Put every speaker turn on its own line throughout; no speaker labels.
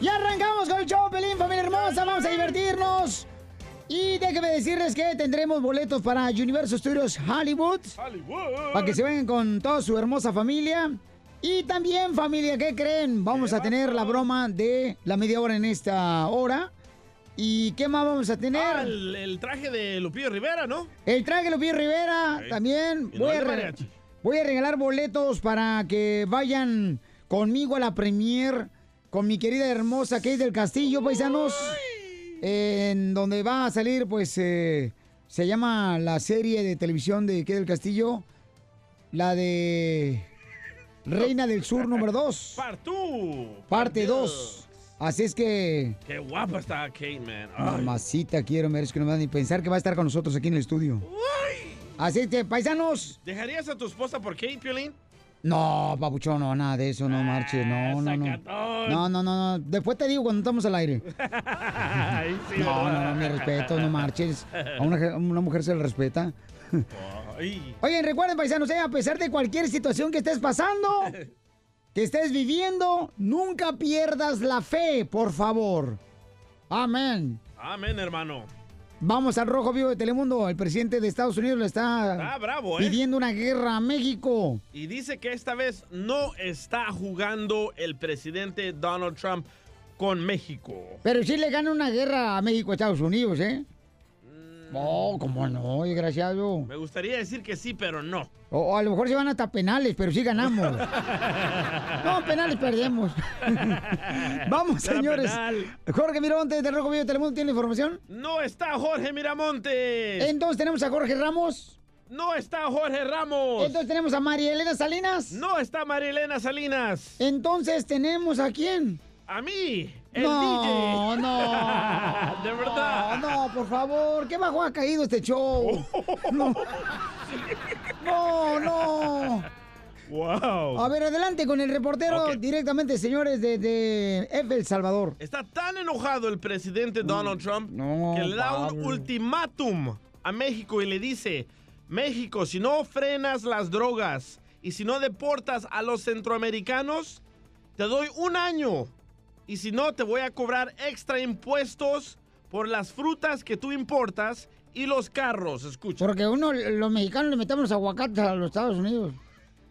Y arrancamos con el show, Pelín, familia hermosa. Vamos a divertirnos. Y déjenme decirles que tendremos boletos para Universo Studios Hollywood.
Hollywood.
Para que se vengan con toda su hermosa familia. Y también, familia, ¿qué creen? Vamos a tener la broma de la media hora en esta hora. ¿Y qué más vamos a tener?
Ah, el, el traje de Lupillo Rivera, ¿no?
El traje Lupillo Rivera también.
Y no
Voy,
el
a re-
mariachi.
voy a regalar boletos para que vayan conmigo a la premier con mi querida hermosa Kate del Castillo, paisanos. En donde va a salir, pues, eh, se llama la serie de televisión de Kate del Castillo, la de Reina del Sur número 2,
Partú.
parte 2. Así es que,
Qué guapa está Kate, man. Ay.
mamacita, quiero, merezco no me da ni pensar que va a estar con nosotros aquí en el estudio. Así es que, paisanos,
¿Dejarías a tu esposa por Kate, Piolín?
No, papuchón, no, nada de eso, no marches, no, no, no.
Ah, sacatón.
No, no, no, no. Después te digo cuando estamos al aire.
Ay, sí,
No,
¿verdad?
no, no, mi respeto, no marches. A una, a una mujer se le respeta.
Ay.
Oigan, recuerden, paisanos, eh, a pesar de cualquier situación que estés pasando, que estés viviendo, nunca pierdas la fe, por favor. Amén.
Amén, hermano.
Vamos al Rojo Vivo de Telemundo. El presidente de Estados Unidos le está
Ah, bravo, ¿eh?
pidiendo una guerra a México.
Y dice que esta vez no está jugando el presidente Donald Trump con México.
Pero sí le gana una guerra a México, Estados Unidos, ¿eh? No, cómo no, desgraciado. O,
Me gustaría decir que sí, pero no.
o a lo mejor se van hasta penales, pero sí ganamos. No, penales perdemos. Vamos,
Era
señores.
penal.
Jorge Miramontes de Rojo Vivo de Telemundo tiene la información.
No está Jorge Miramontes.
Entonces tenemos a Jorge Ramos.
No está Jorge Ramos.
Entonces tenemos a María Elena Salinas.
No está Marilena Salinas.
Entonces tenemos a quién.
A mí, el
no,
DJ.
no.
De verdad.
No, no, por favor, qué bajo ha caído este show. No. No, no.
Wow.
A ver, adelante con el reportero
Ok.
directamente, señores, de, de F. El Salvador.
Está tan enojado el presidente Donald Trump
no,
que le da un
Pablo.
ultimátum a México y le dice, México, si no frenas las drogas y si no deportas a los centroamericanos, te doy un año. Y si no, te voy a cobrar extra impuestos por las frutas que tú importas y los carros. Escucha.
Porque uno, los mexicanos le metemos aguacates a los Estados Unidos.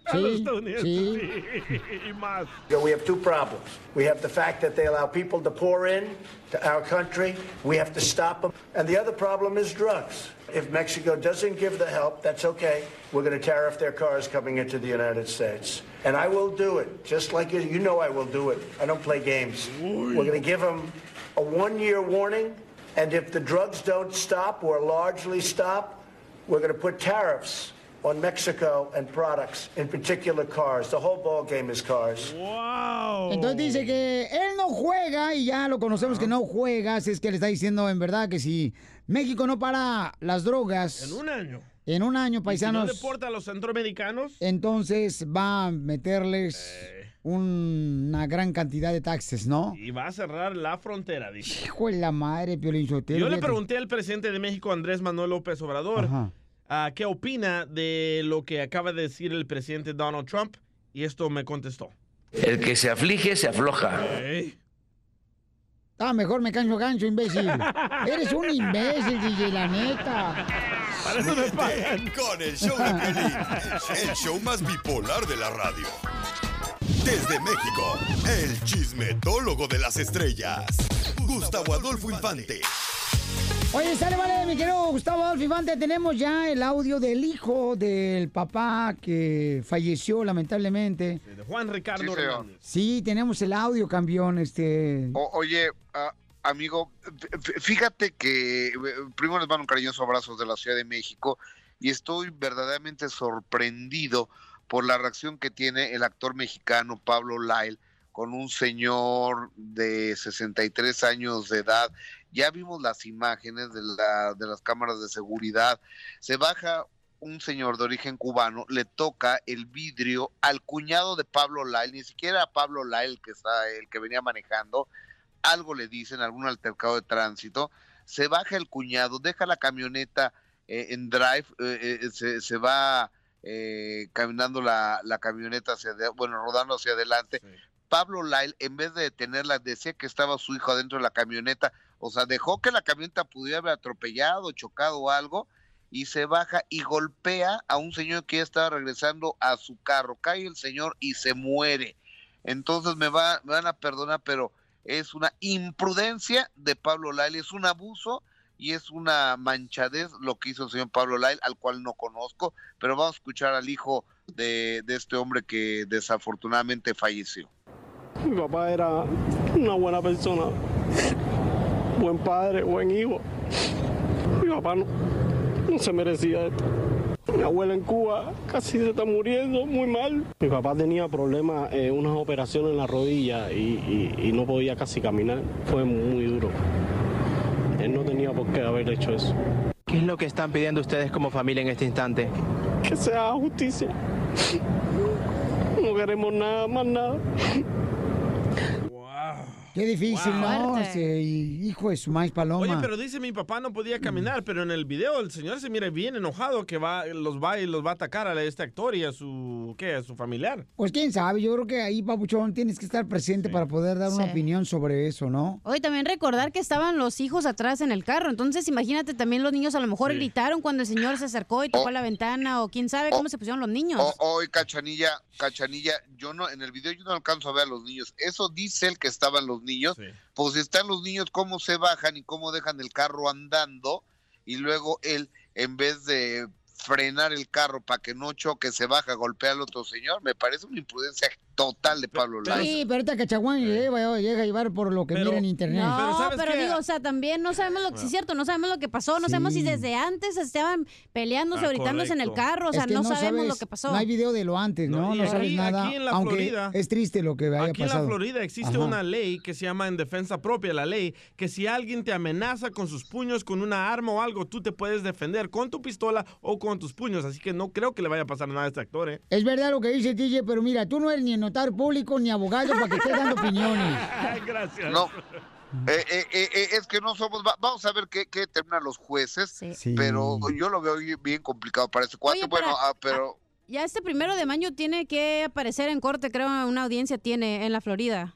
A los estadounidenses,
sí.
sí, y más.
You know, we have two problems. We have the fact that they allow people to pour in to our country. We have to stop them. And the other problem is drugs. If Mexico doesn't give the help, that's okay. We're going to tariff their cars coming into the United States. And I will do it, just like you. You know I will do it. I don't play games. We're going to give them a one-year warning. And if the drugs don't stop or largely stop, we're going to put tariffs on Mexico and products, in particular cars. The whole ball game is cars.
Wow.
Entonces dice que él no juega y ya lo conocemos que no juega, así es que le está diciendo en verdad que si México no para las drogas
En un año.
en un año,
Y si no
paisanos,
deporta a los centroamericanos,
entonces va a meterles
Eh.
una gran cantidad de taxes, ¿no?
y va a cerrar la frontera, dice.
Hijo de la madre, Piolín Sotelo,
Yo le
fíjate.
pregunté al presidente de México, Andrés Manuel López Obrador,
Ajá.
ah, qué opina de lo que acaba de decir el presidente Donald Trump, y esto me contestó.
El que se aflige, se afloja.
Ah, mejor me canso gancho, imbécil. Eres un imbécil, DJ, la neta.
Para eso me pagan.
con el show de Piolín, el show más bipolar de la radio. Desde México, el chismetólogo de las estrellas, Gustavo Adolfo Infante.
Oye, sale, vale, mi querido Gustavo Adolfo Infante. Tenemos ya el audio del hijo del papá que falleció, lamentablemente.
De Juan Ricardo
Sí, señor.
Hernández.
Sí, tenemos el audio, campeón, este...
Oh.
O- oye, a- amigo, f- f- fíjate que eh, primero les mando un cariñoso abrazo de la Ciudad de México y estoy verdaderamente sorprendido por la reacción que tiene el actor mexicano Pablo Lyle con un señor de 63 años de edad. Ya vimos las imágenes de, la- de las cámaras de seguridad. Se baja un señor de origen cubano le toca el vidrio al cuñado de Pablo Lyle, ni siquiera a Pablo Lyle, que está el que venía manejando, algo le dicen, algún altercado de tránsito, se baja el cuñado, deja la camioneta eh, en drive, eh, eh, se, se va eh, caminando la, la camioneta hacia ade- bueno, rodando hacia adelante. Pablo Lyle, en vez de detenerla, decía que estaba su hijo adentro de la camioneta, o sea, dejó que la camioneta pudiera haber atropellado, chocado o algo, y se baja y golpea a un señor que ya estaba regresando a su carro. Cae el señor y se muere. Entonces me, va, me van a perdonar, pero es una imprudencia de Pablo Lyle, es un abuso y es una manchadez lo que hizo el señor Pablo Lyle, al cual no conozco, pero vamos a escuchar al hijo de, de este hombre que desafortunadamente falleció.
Mi papá era una buena persona, buen padre, buen hijo. Mi papá no, no se merecía esto. Mi abuela en Cuba casi se está muriendo muy mal. Mi papá tenía problemas, eh, unas operaciones en la rodilla y, y- y no podía casi caminar. Fue muy duro. Él no tenía por qué haber hecho eso.
¿Qué es lo que están pidiendo ustedes como familia en este instante?
Que se haga justicia. No queremos nada, más nada.
Qué difícil, ¿no?
Fuerte.
Este, y- hijo de su maíz paloma.
Oye, pero dice mi papá no podía caminar, pero en el video el señor se mira bien enojado que va, los va y los va a atacar a este actor y a su, ¿qué? A su familiar.
Pues quién sabe, yo creo que ahí, Papuchón, tienes que estar presente para poder dar una
Sí.
opinión sobre eso, ¿no?
Oye, también recordar que estaban los hijos atrás en el carro. Entonces, imagínate también los niños a lo mejor
Sí.
gritaron cuando el señor se acercó y tocó
Oh.
la ventana o quién sabe cómo se pusieron los niños.
O- Hoy, Cachanilla, Cachanilla, yo no, en el video yo no alcanzo a ver a los niños. Eso dice el que estaban los niños. Pues si están los niños, cómo se bajan y cómo dejan el carro andando. Y luego él, en vez de frenar el carro para que no choque, se baja, golpea al otro señor. Me parece una imprudencia total de Pablo
sí,
Lyle.
pero ahorita Cachaguán lleva- llega a llevar por lo que mira en internet.
No, pero, digo, o sea, también no sabemos lo que sí es cierto, no sabemos lo que pasó, no sabemos si
Sí.
desde antes estaban peleándose,
Ah,
o gritándose en el
correcto.
carro, o sea,
Es que
no, sabemos
sabes-
lo que pasó.
No hay video de lo antes, ¿no? No,
y aquí-
sabes nada.
aquí en la
aunque
Florida-
es triste lo que haya
Aquí en
pasado.
la Florida existe
Ajá.
una ley que se llama en defensa propia, la ley que si alguien te amenaza con sus puños, con una arma o algo, tú te puedes defender con tu pistola o con tus puños. Así que no creo que le vaya a pasar nada a este actor, ¿eh?
Es verdad lo que dice TJ, pero mira, tú no eres ni notar público ni abogado para que estés dando opiniones.
Gracias.
No. Eh, eh, eh, eh, es que no somos. va- vamos a ver qué, qué determinan los jueces.
Sí.
Pero yo lo veo bien complicado para ese cuate.
Oye,
bueno,
para-
ah, pero.
Ya este primero de mayo tiene que aparecer en corte, creo, una audiencia tiene en la Florida.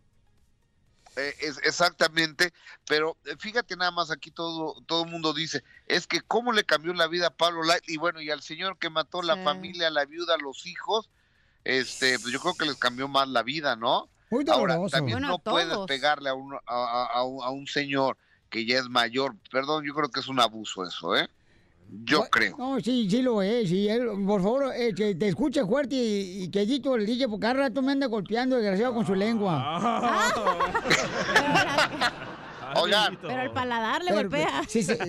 Eh, es- exactamente, pero eh, fíjate nada más aquí todo todo el mundo dice, es que cómo le cambió la vida a Pablo Lyle y bueno, y al señor que mató la
Sí.
familia, la viuda, los hijos, este, pues yo creo que les cambió más la vida, ¿no?
Muy
Ahora,
doloroso.
también
Bueno, a
no puedes
todos.
pegarle a un, a, a- a un, a un señor que ya es mayor, perdón, yo creo que es un abuso eso, ¿eh? Yo creo.
No, sí, sí lo es. Sí, él, por favor, eh, que te escuche fuerte y, y que dito el DJ, porque cada rato me anda golpeando, desgraciado, con su lengua. Ah,
Oigan.
Pero el paladar Ah, le
Pero,
golpea.
Si, se-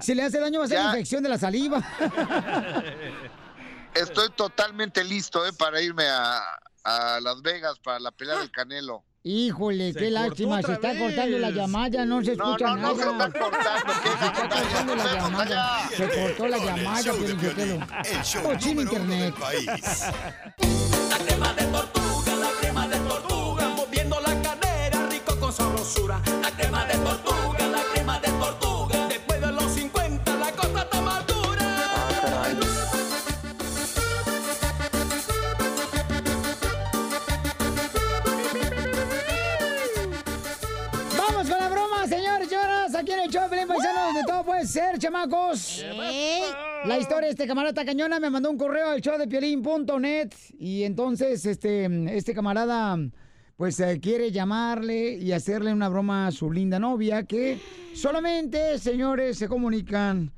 si le hace daño va a ser infección de la saliva.
Estoy totalmente listo, ¿eh? Para irme a, a Las Vegas para la pelea del Canelo.
Híjole,
Se
qué
cortó
lástima, se
otra
está cortando la
vez.
llamada, no se
No, no,
escucha
no, se
nada.
está cortando, ¿qué?
cortando la llamada. Se cortó la llamada, Piolín Sotelo. Cochino internet.
tortuga, moviendo la cadera, rico con sabrosura. La crema de tortuga, la crema de tortuga. Después de los 50, la cosa está más dura.
Vamos con la broma, señores, señoras. Aquí en el show, de Pelín Paisanos, de todo puede ser, chamacos. La historia de este camarada cañona me mandó un correo al show de piolín.net y entonces este, este camarada pues eh, quiere llamarle y hacerle una broma a su linda novia que solamente, señores, se comunican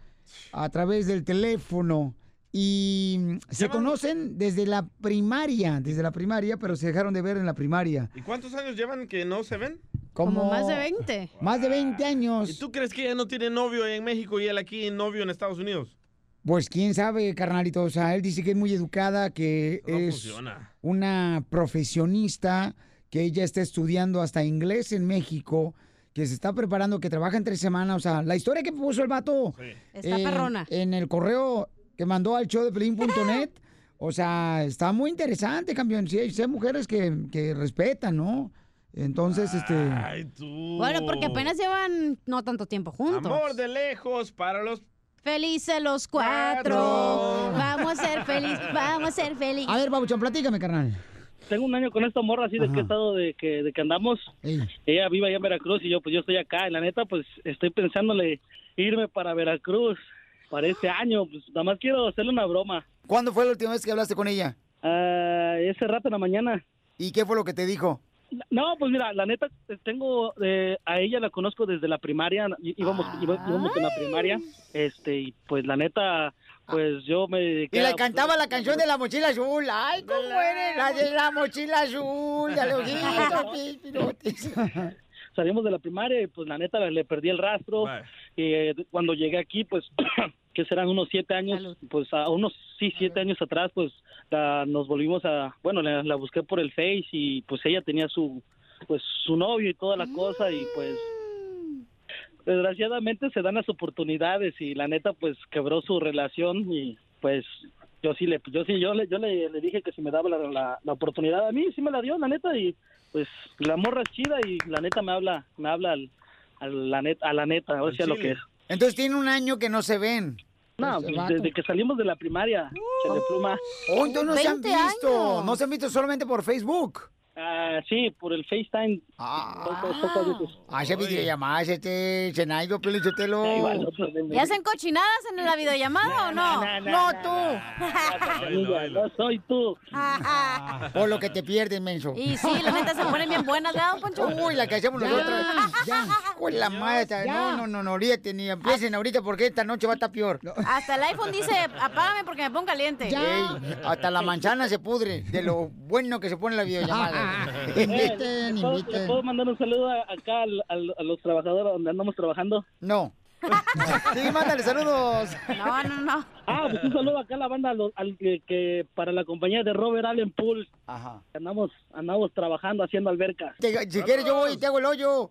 a través del teléfono y se conocen desde la primaria, desde la primaria, pero se dejaron de ver en la primaria.
¿Y cuántos años llevan que no se ven?
Más de 20 años.
¿Y tú crees que ella no tiene novio en México y él aquí novio en Estados Unidos?
Pues quién sabe, carnalito. O sea, él dice que es muy educada, que es
funciona.
una profesionista, que ella está estudiando hasta inglés en México, que se está preparando, que trabaja en tres semanas. O sea, la historia que puso el vato
Está perrona.
en el correo que mandó al show de Pelín.net. O sea, está muy interesante, campeón. Sí, hay sí hay mujeres que, que respetan, ¿no? Entonces, este.
Bueno, porque apenas llevan no tanto tiempo juntos.
Mm. Amor de lejos para los...
Felices los cuatro. Vamos a ser felices, vamos a ser felices.
A ver, Babuchón, platícame, carnal.
Tengo un año con esta morra así de qué estado de que, de que andamos. Ella vive allá en Veracruz y yo pues yo estoy acá. En la neta pues estoy pensándole irme para Veracruz para este año. Pues nada más quiero hacerle una broma. Ah,
¿Cuándo fue la última vez que hablaste con ella?
ese rato en la mañana.
¿Y qué fue lo que te dijo?
No, pues mira, la neta, eh, tengo, eh, a ella la conozco desde la primaria, í- íbamos, íba- íbamos en la primaria, este, y pues la neta, pues yo me pues, dediqué
Y
a-
le cantaba la canción de la mochila azul. ¡Ay, cómo eres! La de la mochila azul, de los pipirotes.
Salimos de la primaria y pues la neta le perdí el rastro, y eh, cuando llegué aquí, pues, que serán unos siete años, pues a unos, sí, siete años atrás, pues la- nos volvimos a, bueno, la, la busqué por el Face y pues ella tenía su, pues su novio y toda la cosa y pues desgraciadamente se dan las oportunidades y la neta pues quebró su relación y pues yo sí le yo sí yo le yo le, le dije que si me daba la, la- la oportunidad a mí sí me la dio la neta y pues la morra es chida y la neta me habla me habla al, al- la neta a la neta o sea lo que es
Entonces tiene un año que no se ven.
no
Este
pues,
vato.
desde que salimos de la primaria se le pluma
Oh, entonces no se han
20
visto.
años.
No se han visto solamente por Facebook.
Ah, sí por el FaceTime
Ah.
Pocas- Ah. pocas veces.
Hace Ah, videollamadas este Zenaido
Ahí va
Pelichotelo.
el otro de mi-
¿Ya hacen cochinadas en la videollamada o no? No,
Amiga, no soy tú.
Por lo que te pierdes, menso.
Y sí, la neta se ponen bien buenas, ¿verdad, don Poncho?
Uy, la que hacemos nosotros. Ya, con la madre.
ya.
No, no, no, no, olvídate, ni empiecen ahorita porque esta noche va a estar peor.
Hasta el iPhone dice, apágame porque me pongo caliente.
Ey, hasta la manzana se pudre de lo bueno que se pone la videollamada.
Eh, ¿le puedo- ¿Le puedo mandar un saludo a- acá al- al- a los trabajadores donde andamos trabajando?
No. Sí, mándale saludos.
No, no, no.
Ah, pues un saludo acá a la banda a los- al que, que para la compañía de Robert Allen Pool.
Ajá.
Andamos, andamos trabajando haciendo alberca.
Te- si quieres, yo voy y te hago el hoyo.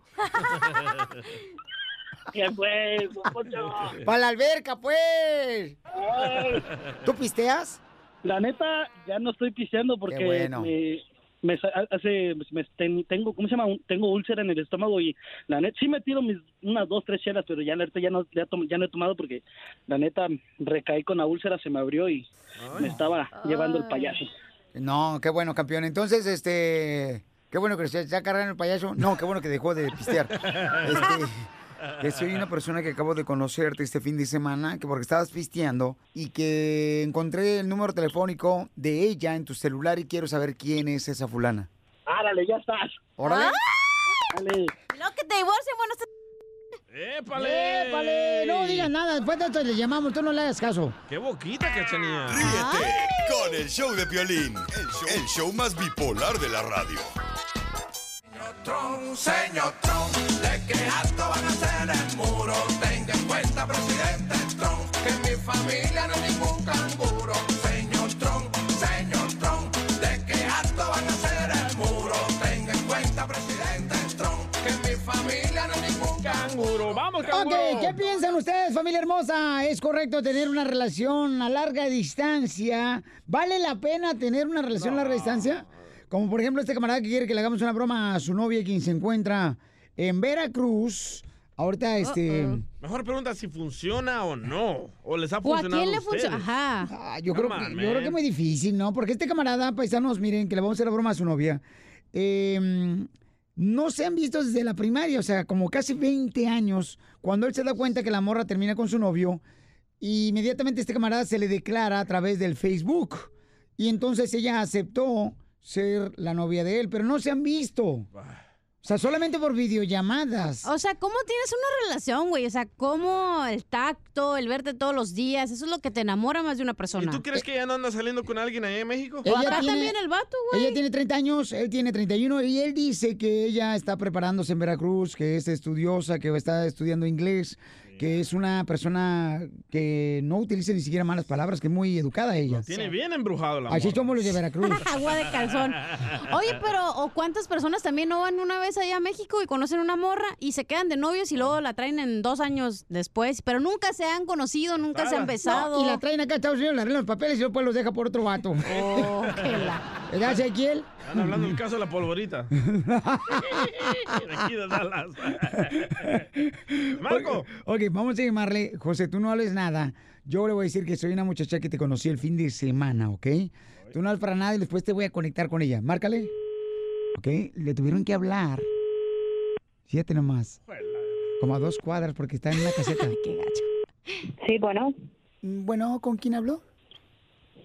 ¿Qué fue, don Poncho?
¡Para la alberca, pues! ¿Tú pisteas?
La neta, ya no estoy pisteando porque
Qué bueno.
me, me sa- hace, pues, me- ten- tengo, ¿cómo se llama? Un- Tengo úlcera en el estómago y la neta, sí me tiro mis, unas dos, tres chelas, pero ya la neta ya no, ya, tom- ya no he tomado porque la neta recaí con la úlcera, se me abrió y me estaba llevando el payaso.
No, qué bueno, campeón. Entonces, este. Qué bueno que se está cargando el payaso. No, qué bueno que dejó de pistear. Este. Que soy una persona que acabo de conocerte este fin de semana, que porque estabas pisteando y que encontré el número telefónico de ella en tu celular y quiero saber quién es esa fulana.
Árale, ya estás.
Órale.
Órale.
No, que te divorcien, bueno, este...
¡Épale!
¡Épale! No digas nada, después de esto le llamamos, tú no le hagas caso.
¡Qué boquita, cachanilla!
Ríete con el show de Piolín, el show, el show más bipolar de la radio.
Trump, señor Trump, de qué alto van a ser el muro. Tenga en cuenta, presidente Trump, que en mi familia no hay ningún canguro. Señor Trump, señor Trump, de qué alto van a ser el muro. Tenga en cuenta, presidente Trump, que en mi familia no hay ningún canguro. ¡Vamos,
Ok, ¿qué piensan ustedes, familia hermosa? ¿Es correcto tener una relación a larga distancia? ¿Vale la pena tener una relación a larga distancia? Como por ejemplo este camarada que quiere que le hagamos una broma a su novia quien se encuentra en Veracruz. Ahorita este...
Mejor pregunta si funciona o no. O les ha
¿O a
funcionado.
quién le
ustedes.
funciona? Ajá. Ah, yo, creo
Come
que,
on,
yo creo que es
man.
muy difícil, ¿no? Porque este camarada, paisanos, miren, que le vamos a hacer la broma a su novia. eh, no se han visto desde la primaria, o sea, como casi 20 años, cuando él se da cuenta que la morra termina con su novio, y inmediatamente este camarada se le declara a través del Facebook. Y entonces ella aceptó ser la novia de él, pero no se han visto. O sea, solamente por videollamadas.
O sea, ¿cómo tienes una relación, güey? O sea, ¿cómo el tacto, el verte todos los días? Eso es lo que te enamora más de una persona.
¿Tú crees que ya no anda saliendo con alguien allá en México?
O acá también el vato, güey.
Ella tiene 30 años, él tiene 31 y él dice que ella está preparándose en Veracruz, que es estudiosa, que está estudiando inglés, que es una persona que no utiliza ni siquiera malas palabras, que es muy educada ella.
Tiene bien embrujado la
Así
morra.
somos los de Veracruz.
Agua de calzón. Oye, pero ¿o cuántas personas también no van una vez allá a México y conocen una morra y se quedan de novios y luego la traen en dos años después, pero nunca se han conocido, nunca se han besado?
No, y la traen acá a Estados Unidos, le arreglan los papeles y después los deja por otro vato.
Oh,
Gracias, Ezequiel.
Están hablando del caso de la polvorita. De aquí de Dallas.
Marco. Ok, vamos a llamarle. José, tú no hables nada. Yo le voy a decir que soy una muchacha que te conocí el fin de semana, ¿ok? Tú no hables para nada y después te voy a conectar con ella. Márcale. ¿Ok? Le tuvieron que hablar. Fíjate nomás. Como a dos cuadras porque está en la caseta. Qué gacho.
Sí, bueno.
Mm, Bueno, ¿con quién habló?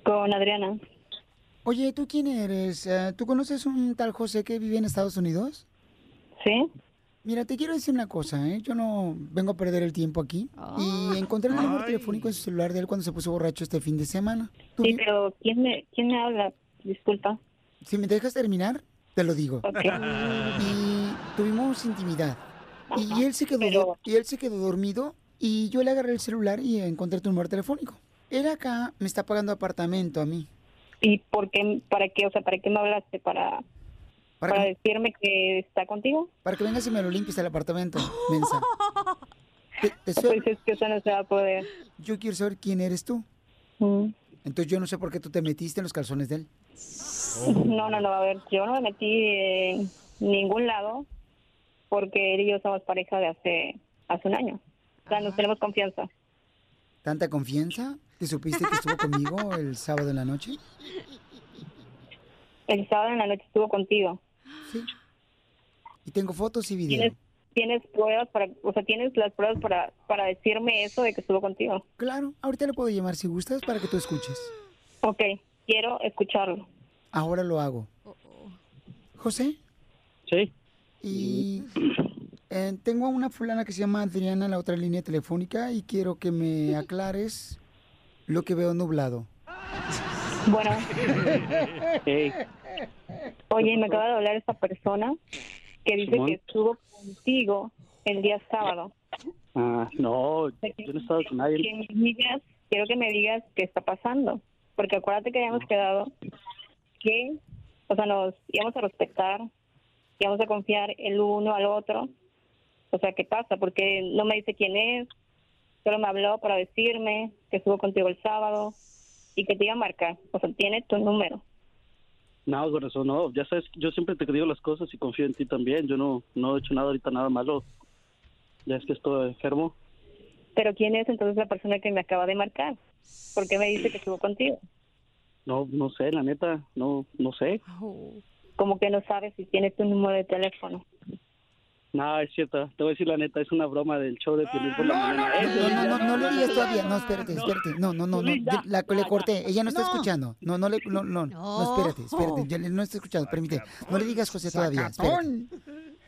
Con Adriana.
Oye, ¿tú quién eres? Eh, ¿Tú conoces un tal José que vive en Estados Unidos?
Sí.
Mira, te quiero decir una cosa, ¿eh? Yo no vengo a perder el tiempo aquí. Y encontré el número telefónico en su celular de él cuando se puso borracho este fin de semana. Tú
Sí,
vi-
pero ¿quién me, quién me habla? Disculpa.
Si me dejas terminar, te lo digo. Y tuvimos intimidad. Y él se quedó, do- y él se quedó dormido y yo le agarré el celular y encontré tu número telefónico. Él acá me está pagando apartamento a mí.
¿Y por qué, para qué, o sea, para qué me hablaste? ¿Para,
¿Para
para,
qué?
decirme que está contigo?
Para que vengas y me lo limpies el apartamento, mensa.
Pues es que eso no se va a poder.
Yo quiero saber quién eres tú.
Mm.
Entonces yo no sé por qué tú te metiste en los calzones de él. Oh.
No, no, no, a ver, yo no me metí en ningún lado porque él y yo somos pareja de hace, hace un año. O sea, nos tenemos confianza.
¿Tanta confianza? ¿Te supiste que estuvo conmigo el sábado en la noche?
El sábado en la noche estuvo contigo.
Sí. Y tengo fotos y video.
¿Tienes, tienes pruebas para, o sea, tienes las pruebas para, para decirme eso de que estuvo contigo?
Claro, ahorita le puedo llamar si gustas para que tú escuches.
Ok, quiero escucharlo.
Ahora lo hago. José.
Sí.
Y eh, tengo a una fulana que se llama Adriana en la otra línea telefónica y quiero que me aclares lo que veo nublado.
Bueno. Oye, me acaba de hablar esta persona que dice
Simón.
que estuvo contigo el día sábado.
Ah, no, yo no he estado con nadie.
Que me digas, quiero que me digas qué está pasando. Porque acuérdate que habíamos quedado que, o sea, nos íbamos a respetar, íbamos a confiar el uno al otro. O sea, ¿qué pasa? Porque no me dice quién es, solo me habló para decirme que estuvo contigo el sábado y que te iba a marcar. O sea, tiene tu número.
No, corazón, no. Ya sabes, yo siempre te digo las cosas y confío en ti también. Yo no, no he hecho nada ahorita, nada malo. Ya es que estoy enfermo.
Pero ¿quién es entonces la persona que me acaba de marcar? ¿Por qué me dice que estuvo contigo?
No, no sé, la neta, no, no sé.
Como que no sabes si tiene tu número de teléfono.
No, es cierto. Te voy a decir la neta, es una broma del show de Piolín por la mañana.
No, no, no, no le digas todavía. No, espérate, espérate. No, no, no, no. Yo la, le corté. Ella no está escuchando. No, no le, no, no, no, espérate,
Oh.
espérate. Yo le- no está escuchando. Permite. No le digas José todavía. Espérate.
Sacatón.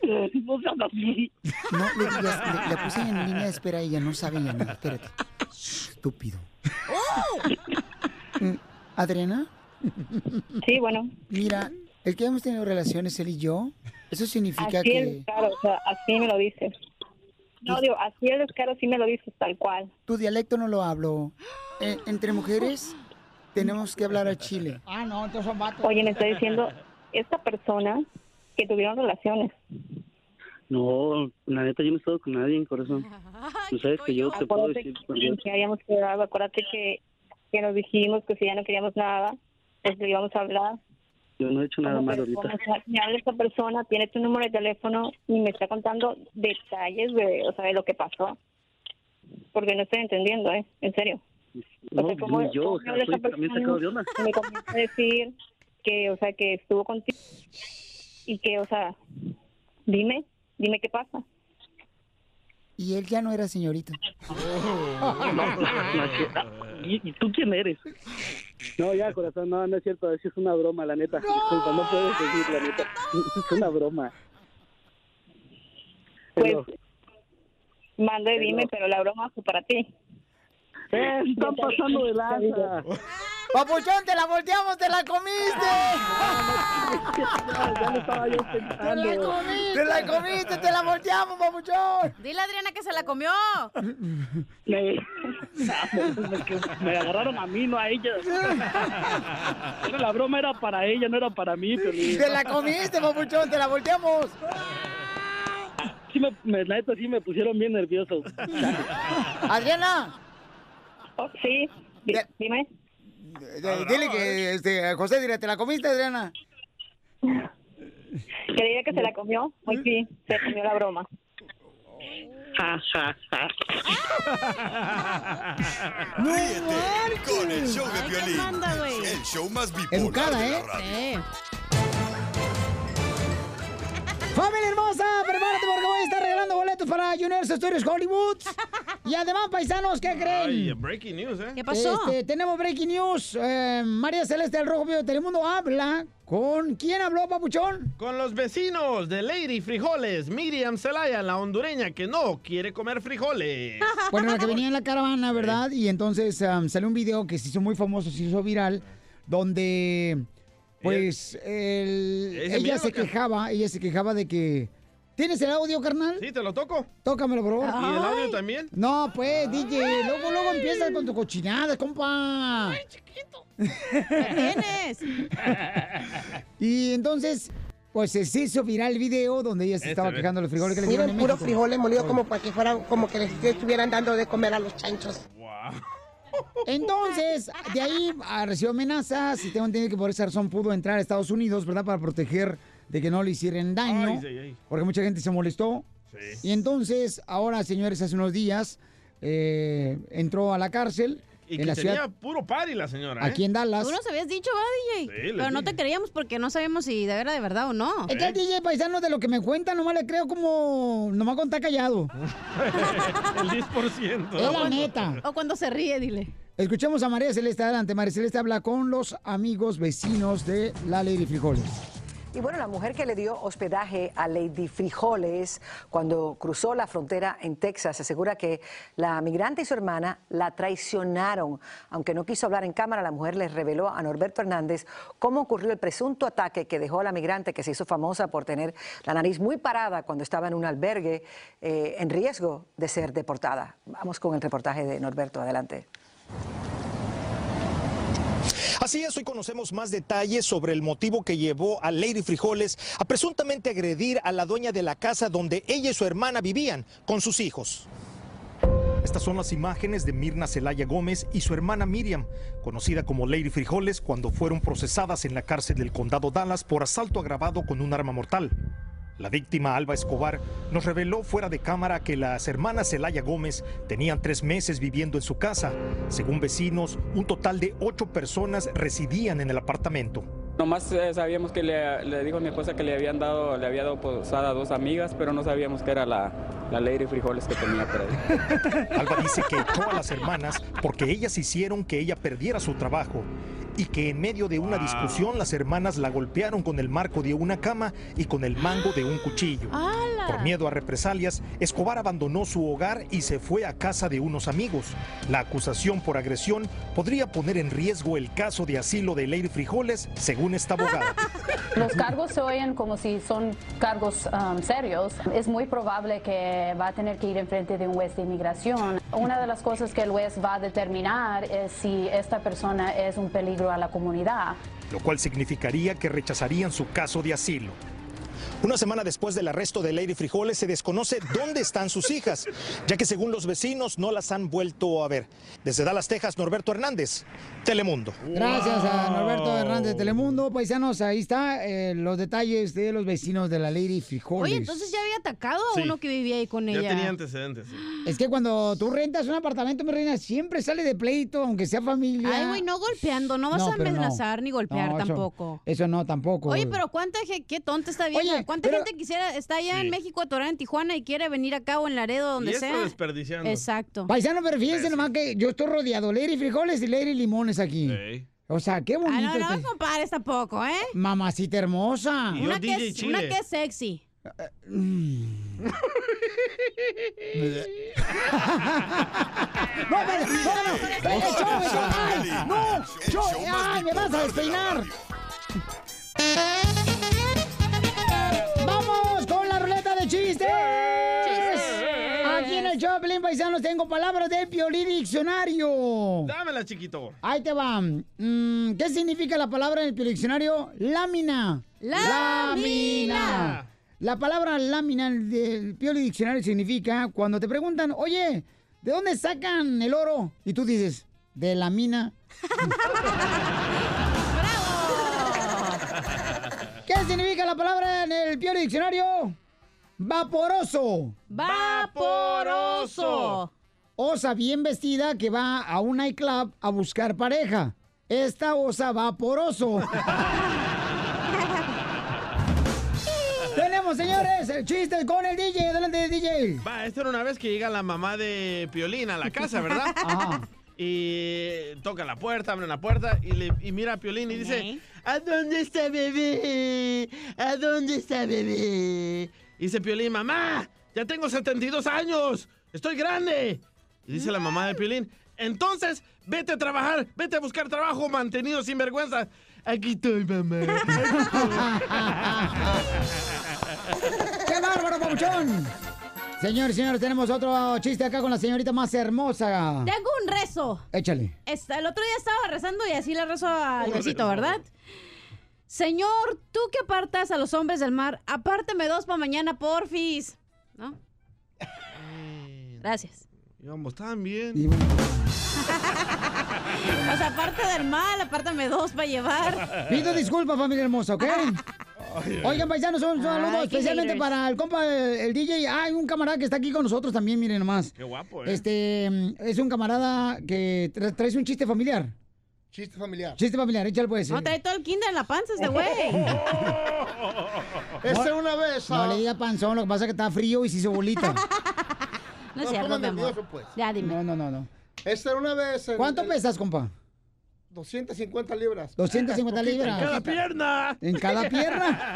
Eh, No seas así.
No le digas, le- la puse en línea de espera a ella, no sabe ella nada. Espérate. Estúpido. Mm, ¿Adriana?
Sí, bueno.
Mira, el que hemos tenido relaciones él y yo, eso significa
Así es,
que
claro, o sea, así me lo dices. No, digo, así es, claro, sí me lo dices, tal cual.
tu dialecto no lo hablo. Eh, entre mujeres tenemos que hablar al chile. Ah, no, entonces son vatos.
Oye, me está diciendo esta persona que tuvieron relaciones.
No, la neta, yo no he estado con nadie, corazón. Tú sabes que yo te puedo
Acuérdate
decir.
que, que habíamos quedado, acuérdate que, que nos dijimos que si ya no queríamos nada, pues le íbamos a hablar.
Yo no he hecho nada malo
Como
ahorita.
sea, Me habla esta persona, tiene tu número de teléfono y me está contando detalles de, o sea, de lo que pasó. Porque no estoy entendiendo, ¿eh? En serio.
No,
sea, ¿cómo-
ni yo,
cómo
o sea,
habla esa
estoy también
persona?
sacado de onda.
Me comienza a decir que, o sea, que estuvo contigo y que, o sea, dime, dime qué pasa.
Y él ya no era señorita.
¿Y, y tú quién eres? No, ya, corazón, no, no es cierto. Es que es una broma, la neta. Disculpa, no puedo seguir, la neta. Es una broma. Pero,
Manda y
Pero-
dime, pero la broma fue para ti.
Eh, están pasando de lanza.
¡Papuchón, te la volteamos, te la comiste!
ya lo estaba yo pensando.
¡Te la comiste!
¡Te la comiste! ¡Te la volteamos, papuchón!
Dile a Adriana que se la comió.
Me, me agarraron a mí, no a ella. Pero la broma era para ella, no era para mí. Piolín.
¡Te la comiste, papuchón! ¡Te la volteamos!
Sí me, me- la neta, sí me pusieron bien nervioso.
¡Adriana!
Oh, sí, dime.
dile que, este, José, dile, ¿te la comiste, Adriana?
Creía que se la comió. Muy bien, se comió la broma.
Ja, ja, ja.
Ríete con el show de Piolín.
anda, güey.
El show más bipolar
Educada,
de la
¿eh?
radio.
¡Familia hermosa! ¡Prepárate porque voy a estar regalando boletos para Juniors Studios Hollywood! Y además, paisanos, ¿qué creen?
Ay, breaking news, ¿eh?
Este, tenemos breaking news. Eh, María Celeste del Rojo Vivo de Telemundo habla con... ¿Quién habló, papuchón?
Con los vecinos de Lady Frijoles, Miriam Celaya, la hondureña que no quiere comer frijoles.
Bueno, la que venía en la caravana, ¿verdad? Y entonces am, salió un video que se hizo muy famoso, se hizo viral, donde pues
Eh,
el-
¿Ella se mira
ella se
o qué?
quejaba, ella se quejaba de que... ¿Tienes el audio, carnal? Sí,
te lo toco.
Tócamelo, por favor.
¿Y el audio también? Ah.
No, pues, DJ, luego, luego empiezas con tu cochinada, compa. Ay, chiquito.
tienes?
y entonces, pues se hizo viral el video donde
Este
ella se estaba
ve.
quejando de los frijoles que le dieron
Miren,
en
puros
México.
frijoles molidos como para que fueran, como que les estuvieran dando de comer a los chanchos.
Entonces, de ahí ah, recibió amenazas y tengo entendido que por esa razón pudo entrar a Estados Unidos, ¿verdad? Para proteger de que no le hicieran daño.
Ay, ay, ay.
Porque mucha gente se molestó. Y entonces, ahora, señores, hace unos días eh, entró a la cárcel
Y
en
que
la
tenía
ciudad.
puro party la señora.
Aquí
¿eh?
en Dallas.
Tú nos habías dicho, va, DJ.
Sí, le
Pero no
dije. ¿Eh?
te creíamos porque no sabíamos si de verdad, de verdad o no.
Es que al DJ paisano de lo que me cuenta nomás le creo como... nomás contar callado.
El 10%.
Es la neta.
O cuando se ríe, dile.
Escuchemos a María Celeste. Adelante, María Celeste habla con los amigos vecinos de la Lady Frijoles.
Y bueno, la mujer que le dio hospedaje a Lady Frijoles cuando cruzó la frontera en Texas asegura que la migrante y su hermana la traicionaron. Aunque no quiso hablar en cámara, la mujer les reveló a Norberto Hernández cómo ocurrió el presunto ataque que dejó a la migrante, que se hizo famosa por tener la nariz muy parada cuando estaba en un albergue, eh, en riesgo de ser deportada. Vamos con el reportaje de Norberto. Adelante.
Así es, hoy conocemos más detalles sobre el motivo que llevó a Lady Frijoles a presuntamente agredir a la dueña de la casa donde ella y su hermana vivían con sus hijos. Estas son las imágenes de Mirna Celaya Gómez y su hermana Miriam, conocida como Lady Frijoles, cuando fueron procesadas en la cárcel del condado Dallas por asalto agravado con un arma mortal. La víctima Alba Escobar nos reveló fuera de cámara que las hermanas Celaya Gómez tenían tres meses viviendo en su casa. Según vecinos, un total de ocho personas residían en el apartamento.
Nomás eh, sabíamos que le, le dijo a mi esposa que le habían dado, le había dado posada a dos amigas, pero no sabíamos que era la, la Lady Frijoles que tenía por ahí.
Alba dice que echó a las hermanas porque ellas hicieron que ella perdiera su trabajo y que en medio de una discusión las hermanas la golpearon con el marco de una cama y con el mango de un cuchillo. Por miedo a represalias, Escobar abandonó su hogar y se fue a casa de unos amigos. La acusación por agresión podría poner en riesgo el caso de asilo de Leir Frijoles, según esta abogada.
Los cargos se oyen como si son cargos um, serios. Es muy probable que va a tener que ir enfrente de un juez de inmigración. Una de las cosas que el juez va a determinar es si esta persona es un peligro a la comunidad.
lo cual significaría que rechazarían su caso de asilo. Una semana después del arresto de Lady Frijoles se desconoce dónde están sus hijas, ya que según los vecinos no las han vuelto a ver. Desde Dallas, Texas, Norberto Hernández, Telemundo.
Gracias a Norberto Hernández de Telemundo. Paisanos, ahí está eh, los detalles de los vecinos de la Lady Frijoles.
Oye, entonces ya había atacado a
Sí.
uno que vivía ahí con
Ya
ella.
tenía antecedentes. sí.
Es que cuando tú rentas un apartamento, mi reina, siempre sale de pleito, aunque sea familia.
Ay, güey, no golpeando, no vas a
pero no.
amenazar ni golpear
No, eso-
tampoco.
Eso, no, tampoco.
Oye, pero cuánta gente, qué tonta está bien. ¿Cuánta gente quisiera, está allá
Sí.
en México atorada en Tijuana y quiere venir acá o en Laredo, donde
Y esto
sea?
desperdiciando.
Exacto.
Paisano, pero fíjense nomás que yo estoy rodeado. Lady Frijoles y Lady Limones aquí. O sea, qué bonito.
Ah, no, no
que-
me compares tampoco, ¿eh?
Mamacita hermosa.
Una que, es, una que es sexy.
Eh, mm. ¡No, me, no, no! ¡Eh, show, me show! ¡Ay, ¡No! show! ¡Ay, me vas a despeinar! de Pelín Paisanos tengo palabras del Piolín Diccionario.
Dámela, chiquito.
Ahí te va. Mm, ¿Qué significa la palabra en el Piolín Diccionario? Lámina.
Lámina.
La palabra lámina del Piolín Diccionario significa cuando te preguntan, oye, ¿de dónde sacan el oro? Y tú dices, de la mina. ¿Qué significa la palabra en el Piolín Diccionario? Vaporoso.
Vaporoso.
Osa bien vestida que va a un nightclub a buscar pareja. Esta osa vaporoso. Tenemos, señores, el chiste con el DJ. Adelante, DJ.
Va, esta era una vez que llega la mamá de Piolín a la casa, ¿verdad? Y toca la puerta, abre la puerta y, le, y mira a Piolín y dice, ¿a dónde está bebé? ¿A dónde está bebé? Y dice Piolín, mamá, ya tengo 72 años, estoy grande. Y dice la mamá de Piolín, entonces vete a trabajar, vete a buscar trabajo mantenido sin vergüenza. Aquí estoy, mamá.
¡Qué bárbaro, papuchón! Señores, señores, tenemos otro chiste acá con la señorita más hermosa.
Tengo un rezo.
Échale.
Esta- el otro día estaba rezando y así le rezo a Diosito, ¿verdad? Señor, tú que apartas a los hombres del mar, apárteme dos para mañana, porfis. ¿No? Gracias.
Íbamos tan bien.
O sea, aparte del mal, apártame dos para llevar.
Pido disculpas, familia hermosa, ¿ok? Oigan, paisanos, un un saludo
Ay, qué
especialmente
haters.
para el compa, el, el DJ. Hay un camarada que está aquí con nosotros también, miren nomás.
Qué guapo, ¿eh?
Este, mm, es un camarada que tra- traes un chiste familiar.
Chiste familiar.
Chiste familiar, échale pues.
No, trae todo el kinder en la panza este güey.
Este una vez.
ah.
No le diga panzón, lo que pasa es que está frío y se hizo bolita.
No es cierto,
pongan
mi amor.
nervioso, pues.
Ya, dime.
No, no, no, no.
Este una vez. en-
¿Cuánto
en-
pesas, compa?
250 libras.
250
Poquita,
libras.
en cada
Poquita.
pierna.
¿En cada pierna?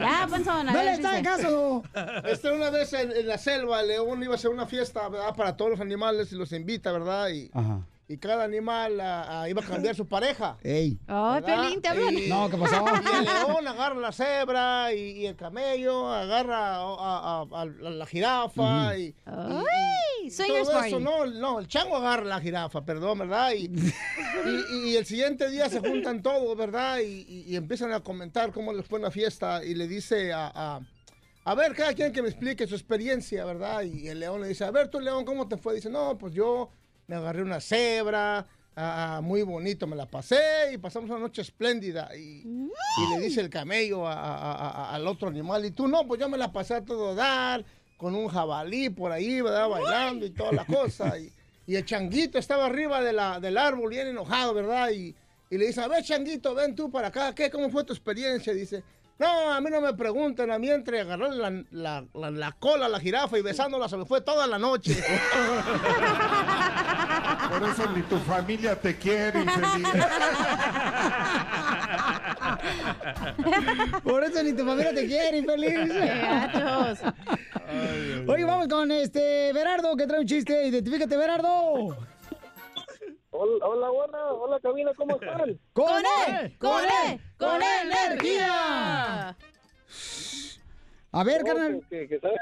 Ya, panzón, a
No
ver,
le está
dice.
de caso. Este, una vez en, en la selva, León iba a hacer una fiesta, ¿verdad? Para todos los animales y los invita, ¿verdad? Y,
Ajá.
y cada animal ah, ah, iba a cambiar su pareja.
Ey.
Ay,
¿verdad?
Pelín, Oh, te hablan.
Y-
No, ¿qué pasó?
Y el león agarra la cebra y, y el camello agarra a, a- a- a la jirafa
Ujú.
y, y-
Ay,
y
swingers
todo
party.
eso, no, no, el chango agarra la jirafa, perdón, ¿verdad? Y, y- y el siguiente día se juntan todos, ¿verdad? Y, y- y empiezan a comentar cómo les fue en la fiesta y le dice a... a- a ver, cada quien que me explique su experiencia, ¿verdad? Y el león le dice, a ver, tú, león, ¿cómo te fue? Dice, no, pues yo me agarré una cebra, ah, ah, muy bonito me la pasé y pasamos una noche espléndida. Y, y le dice el camello a- a- a- a- al otro animal, y tú, no, pues yo me la pasé a todo dar, con un jabalí por ahí, ¿verdad? Bailando y toda la cosa. Y, y el changuito estaba arriba de la, del árbol, bien enojado, ¿verdad? Y, y le dice, a ver, changuito, ven tú para acá, ¿qué? ¿Cómo fue tu experiencia? Dice, no, a mí no me pregunten, a mí entre agarrar la, la- la- la cola a la jirafa y besándola se me fue toda la noche.
Por eso ni tu familia te quiere, infeliz.
Por eso ni tu familia te quiere, infeliz.
Qué
gatos.
Oye, vamos con este Berardo que trae un chiste. Identifícate, Berardo.
Hola, hola, hola, hola, cabina, ¿cómo están?
¡Con
él! ¡Con él! ¡Con energía!
A ver,
No,
carnal.
que- que- que está- A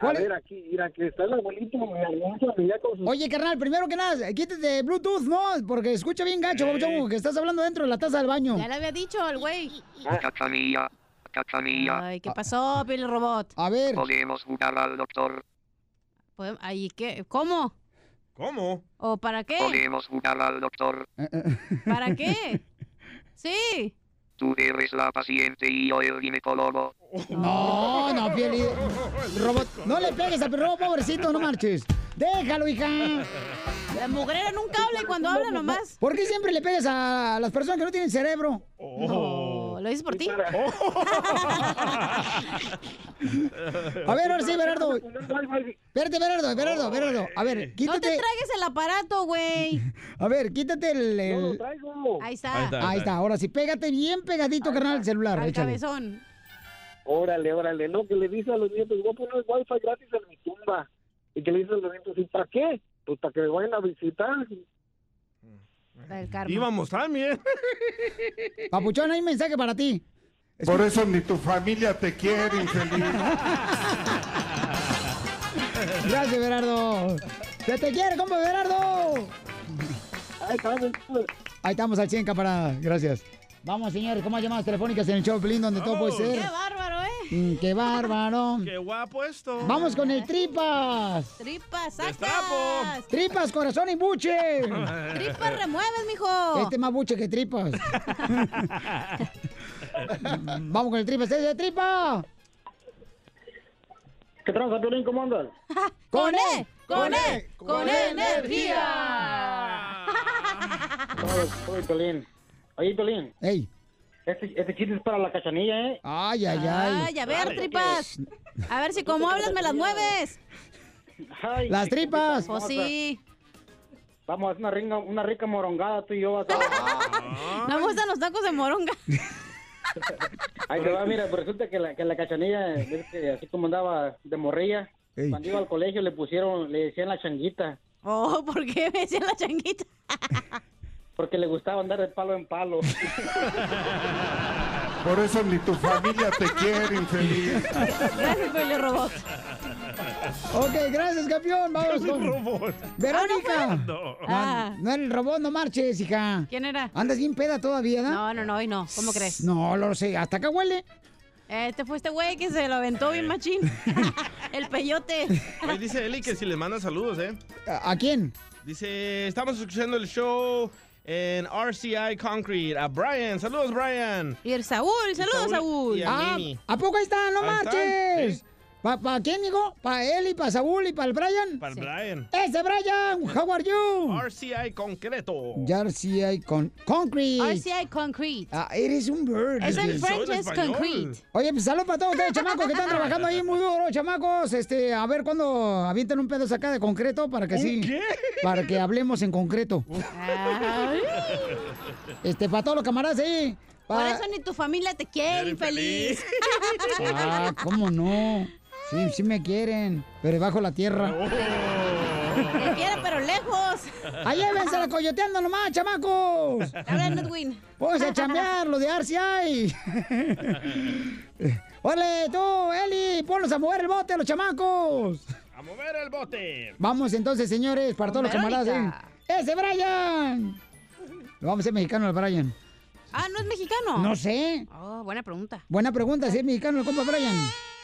¿Cuál es?
ver, aquí, mira, que está el abuelito, mi abuelito, ya con
Pues
sus...
Oye, carnal, primero que nada, quítate Bluetooth, ¿no? Porque escucha bien gacho, babuchón, que estás hablando dentro de la taza del baño.
Eh. Ya le había dicho el güey.
ah.
Cachanilla, cachanilla.
Ay, ¿qué pasó, Pili "Oh, Robot?
A ver.
Podemos jugar al doctor.
Ahí, ¿qué? ¿Cómo?
¿Cómo?
¿O para qué?
Podemos jugar al doctor.
Eh,
¿Para qué? Sí.
Tú eres la paciente y yo el ginecólogo.
No, no, piel. y- Robot, no le pegues al perro, pobrecito, no marches. Déjalo, hija.
La mugrera nunca habla y cuando habla nomás.
¿Por qué siempre le pegas a las personas que no tienen cerebro? Oh.
No, lo dices por ti. Ah,
A ver, ahora sí, Berardo. Espérate, Berardo, Berardo, Berardo. A ver,
No te
quítate.
tragues el aparato, güey.
A ver, quítate el. el-
Ahí está.
Ahí está, ahora sí, pégate bien pegadito, carnal, el celular.
Al
échale.
cabezón.
Órale, órale, no, que le dice a los nietos, voy a poner wifi gratis en mi tumba. Y que le dice a los nietos, ¿y para qué? Pues para que me vayan a visitar.
El karma.
Íbamos también.
Papuchón, hay un mensaje para ti.
Por eso ni tu familia te quiere, infeliz.
Gracias, Berardo. ¡Se te quiere, compa Berardo! Ahí estamos al 100, camarada. Gracias. Vamos, señores, ¿cómo hay llamadas telefónicas en el show, Pelín, donde todo puede ser?
Qué bárbaro, ¿eh?
Mm, ¡Qué bárbaro!
Qué guapo esto.
¡Vamos con el tripas!
Tripas, sacas.
¡Tripas, corazón y buche!
Tripas remueves, mijo.
Este es más buche que tripas. Vamos con el tripas. ¡Ese es tripa!
¿Qué tranza, Piolín? ¿Cómo andas?
¡Con
E!
¡Con E!
¡Con
energía! Soy Piolín. Oye, Piolín.
¡Ey!
Este, este chiste es para la cachanilla, ¿eh? pues.
¡Ay, ay,
Ay, a ver, tripas. A ver si como hablas me las mueves.
Ay,
Las tripas.
Pues sí.
Vamos a hacer una, ringa- una rica morongada tú y yo. Vas a...
No me gustan los tacos de moronga.
Ahí te va, mira, pues resulta que la, que la cachanilla, ves que así como andaba de morrilla,
Ey.
cuando iba al colegio le pusieron, le decían la changuita,
Oh, ¿por qué me decían la changuita?
porque le gustaba andar de palo en palo.
Por eso ni tu familia te quiere, infeliz.
Gracias, Pelio Ah, Robot.
Ok, gracias, campeón. Vamos con. ¡Verónica!
No.
Ah, no era el robot, no marches, hija.
¿Quién era?
¿Andas bien peda todavía, no?
No, no, no, hoy no. ¿Cómo crees?
No, lo sé. Hasta acá huele.
Este fue este güey que se lo aventó bien machín. El peyote.
Ahí dice Eli que si les manda saludos, ¿eh?
¿A a quién?
Dice, estamos escuchando el show en RCI Concrete. A Brian, saludos, Brian.
Y el Saúl, saludos, Saúl.
y a
Ah,
Mimi.
¿A poco ahí está? ¡No
Ahí están,
marches! ¿Para quién, digo? ¿Para él y para Saúl y para el Brian?
Para el Brian.
¡Ese Brian! ¡How are you!
RCI Concreto.
RCI con Concrete.
RCI Concrete.
Ah, eres un bird.
Es en
dices.
French, es concrete.
Oye, pues salud para todos ustedes, chamacos, que están trabajando ahí muy duro, chamacos. Este, a ver cuándo avientan un pedo acá de concreto para que sí. Para que hablemos en concreto. Este, para todos los camaradas ahí.
Por
para-
eso ni tu familia te quiere, infeliz.
Ah, cómo no. Sí, sí me quieren, pero bajo la tierra.
Te quiere, pero lejos.
¡Ahí la coyoteando nomás, chamacos!
Habla Edwin.
Pónganse a chambear, lo de RCI. ¡Ole, tú, Eli! ¡Ponlos a mover el bote, los chamacos!
A mover el bote.
Vamos entonces, señores, para todos los camaradas.
Verónica.
¿eh? ¡Ese Brian! Lo vamos a hacer mexicano al Brian.
Ah, ¿no es mexicano?
No sé.
Oh, buena pregunta.
Buena pregunta, si es mexicano el compa Brian.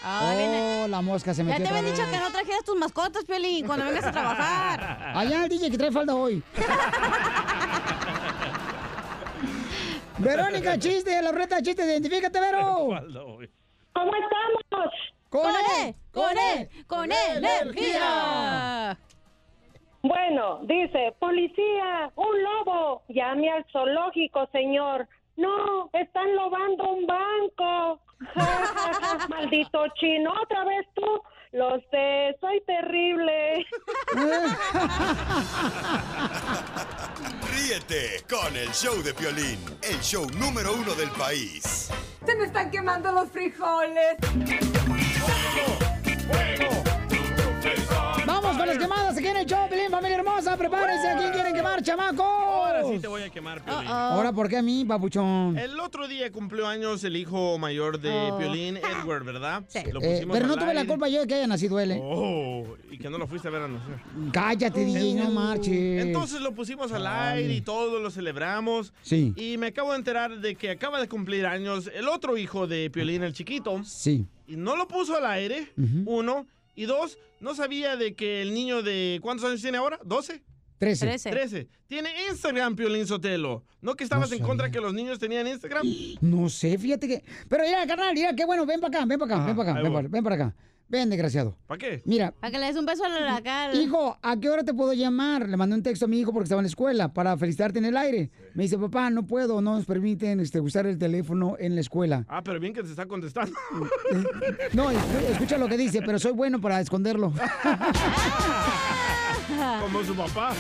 Ah, viene.
oh, la mosca se
Ya
metió.
te
otra
habían dicho
vez.
que no trajeras tus mascotas, Piolín, cuando vengas a trabajar.
Allá el DJ que trae falda hoy. Verónica, chiste, la reta, chiste, identifícate, Vero.
¿Cómo estamos?
Con
E, con E, con E, energía.
Bueno, dice, policía, un lobo. Llame al zoológico, señor. No, están lobando un banco. Ja, ja, ja, Maldito chino, otra vez tú. Lo sé, soy terrible.
Ríete con el show de Piolín, el show número uno del país.
Se me están quemando los frijoles.
Vamos con las quemadas aquí en el show, Pelín, familia hermosa. Prepárense, ¿a quién quieren quemar, chamacos? Ah.
Ahora sí te voy a quemar, Eh, Piolín.
Ahora, ¿por qué a mí, papuchón?
El otro día cumplió años el hijo mayor de
Oh.
Piolín, Edward, ¿verdad? Sí. Lo
Eh,
pusimos
pero no
al
tuve la
aire.
culpa yo de que haya nacido él. eh.
Oh, y que no lo fuiste a ver a nosotros.
Cállate, DJ, no marches.
Entonces lo pusimos al aire y todos lo celebramos.
Sí.
Y me acabo de enterar de que acaba de cumplir años el otro hijo de Piolín, el chiquito.
Sí.
Y no lo puso al aire, uno. Y dos, no sabía de que el niño de... ¿Cuántos años tiene ahora? ¿12?
Trece.
Trece.
Trece.
Tiene Instagram, Piolín Sotelo. ¿No que estabas en contra que los niños tenían Instagram?
No sé, fíjate que. Pero mira, carnal, mira, qué bueno, ven para acá, ven para acá, ven para acá,
ahí
ven
voy.
para, ven para acá. Ven, desgraciado.
¿Para qué?
Mira,
Para que le des un beso a la cara.
hijo, ¿a qué hora te puedo llamar? Le mandé un texto a mi hijo porque estaba en la escuela para felicitarte en el aire. Me dice, papá, no puedo, no nos permiten este, usar el teléfono en la escuela.
Ah, pero bien que te está contestando.
No, es- escucha lo que dice, pero soy bueno para esconderlo.
Como su papá.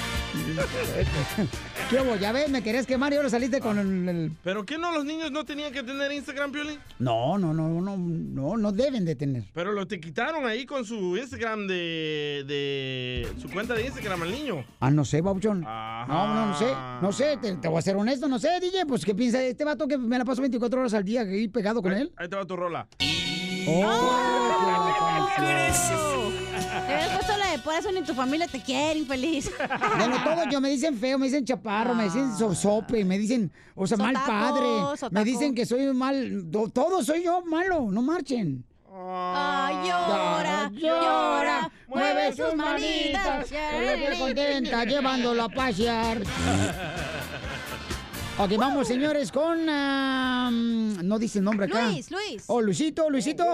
¿Qué hubo? Ya ves, me querías quemar y ahora saliste con el- el
¿Pero qué no los niños no tenían que tener Instagram, Piolín?
No, no, no, no, no, no deben de tener.
Pero lo te quitaron ahí con su Instagram de, de su cuenta de Instagram al niño.
Ah, no sé, Babuchón. No, no, no sé, no sé, te, te voy a ser honesto, no sé, DJ, pues qué piensa este vato que me la paso 24 horas al día ahí pegado con él.
Ahí te va tu rola.
Oh,
Te hubieras puesto la de por eso ni tu familia te quiere, infeliz.
Bueno, todos yo me dicen feo, me dicen chaparro, me dicen sope, me dicen, o sea, mal
Sotaco,
padre,
sotaco.
me dicen que soy mal, to- todo soy yo malo, no marchen.
Ay, llora, llora, mueve sus manitas.
Ella bien contenta, llevándolo a pasear. Ok, vamos, señores, con... ah, mm, no dice el nombre acá.
Luis, Luis.
Oh, Luisito, Luisito.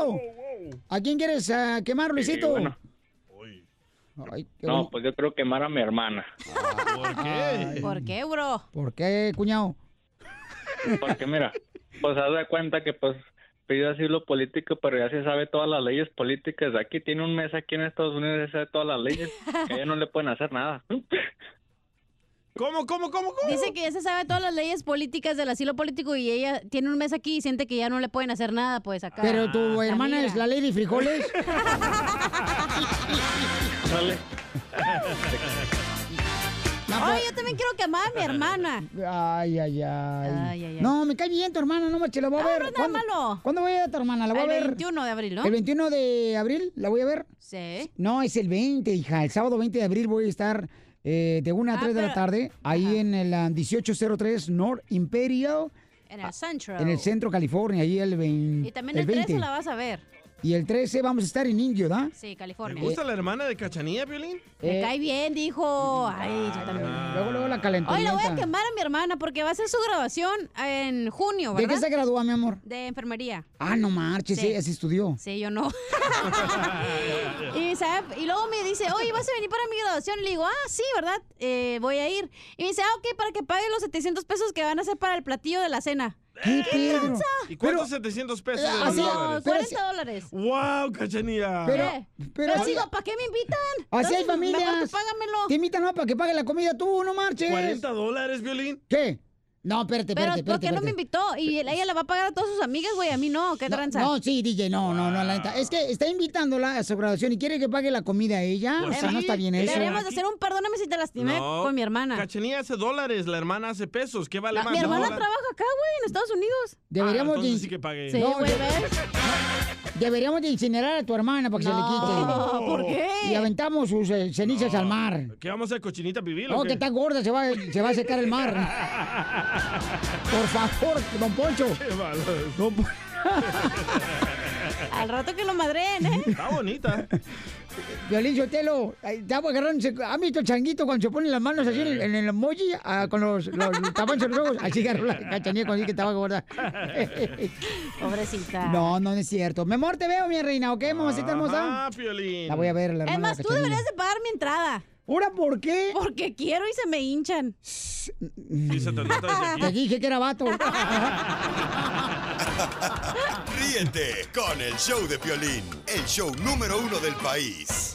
¿A quién quieres ah, quemar, Luisito?
Eh, bueno.
Ay, qué
No,
bueno.
pues yo creo quemar a mi hermana.
Ay,
Ah, ¿Por qué, bro?
¿Por qué, cuñado?
Porque mira, pues haz de cuenta que pues pidió asilo político, pero ya se sabe todas las leyes políticas. de Aquí tiene un mes aquí en Estados Unidos, se sabe todas las leyes. que a ella no le pueden hacer nada.
¿Cómo, cómo, cómo, cómo?
Dice que ya se sabe todas las leyes políticas del asilo político y ella tiene un mes aquí y siente que ya no le pueden hacer nada, pues acá.
Pero tu
La
hermana
migra.
es la Lady Frijoles.
Dale.
pues.
Ay, yo también quiero quemar a mi hermana.
Ay, ay, ay.
ay.
No, me cae bien tu hermana, no marche, la voy a
No,
ver.
no es nada
¿Cuándo, ¿Cuándo voy a ver a tu hermana? Ah, La voy a
El
ver.
21 de abril, ¿no?
¿El 21 de abril la voy a ver?
Sí.
No, es el 20, hija. El sábado 20 de abril voy a estar eh, de 1 a
Ah,
3 de la
pero-
tarde, ahí en el ah, 1803 North Imperial,
En el Central.
Ah, en el centro California, ahí el 20.
Y también el 13 la vas a ver.
Y el 13 vamos a estar en Indio, ¿da?
Sí,
¿Te
California.
gusta la hermana de Cachanilla, Piolín?
Me cae bien, dijo. Ay, yo también.
Eh. Luego, luego la calentura.
Hoy la voy a quemar a mi hermana porque va a ser su graduación en junio,
¿De
¿verdad?
qué se gradúa, mi amor?
De enfermería.
Ah, no marches,
Sí.
ella se estudió.
Sí, yo no. y, ¿sabe? y luego me dice, oye, ¿vas a venir para mi graduación? Le digo, ah, sí, ¿verdad? Eh, voy a ir. Y me dice, ah, ok, para que pague los 700 pesos que van a hacer para el platillo de la cena.
¿Qué,
tranza?
¿Y cuántos 700 pesos?
ah,
de los
eh, Así,
dólares?
40 dólares.
¡Wow, Cachanilla!
Eh,
Pero-
pero,
pero-
digo, ¿para qué me invitan?
Así hay
Entonces, mejor tú
familias.
Págamelo.
Te invitan no, para que pague la comida tú, no marches.
¿40 dólares, Violín?
¿Qué? No, espérate,
Pero
espérate, espérate.
¿por qué no
espérate.
me invitó? Y él- ella la va a pagar a todas sus amigas, güey, a mí no, qué
No,
tranza.
No, sí, DJ, no, no, no, la neta. Es que está invitándola a su graduación y quiere que pague la comida a ella.
Pues
o sea,
sí.
no está bien eso.
Deberíamos de hacer un perdóname si te lastimé
No.
con mi hermana.
Cachanilla hace dólares, la hermana hace pesos. ¿Qué vale
La-
más?
mi hermana
¿Dólar?
trabaja acá, güey, en Estados Unidos.
Ah,
Deberíamos
entonces
de...
sí que pague.
Sí,
No,
güey,
de-
¿ves?
Deberíamos de incinerar a tu hermana para que se le quite.
No, ¿por qué?
Y aventamos sus eh, cenizas al mar.
¿Qué vamos a hacer, cochinita pibil?
No,
o
que
qué?
está gorda, se va, se va a secar el mar. Por favor, don Poncho. Don Po-
Al rato que lo madreen, ¿eh?
Está bonita.
Violín Sotelo, ahí estaba agarrando. ¿Han visto el changuito cuando se ponen las manos así en el, en el emoji ah, con los, los, tapan los ojos? Así agarró la cachanilla cuando dije que estaba gorda.
Pobrecita.
No, no es cierto. Mi amor, te veo, mi reina, ¿ok, mamacita hermosa?
Ah, Piolín.
La voy a ver, la
Es
hermana.
más, tú deberías de pagar mi entrada.
¿Ahora por qué?
Porque quiero y se me hinchan.
Dice Tonita desde aquí.
Te dije que era vato.
Ríete con el show de Piolín, el show número uno del país.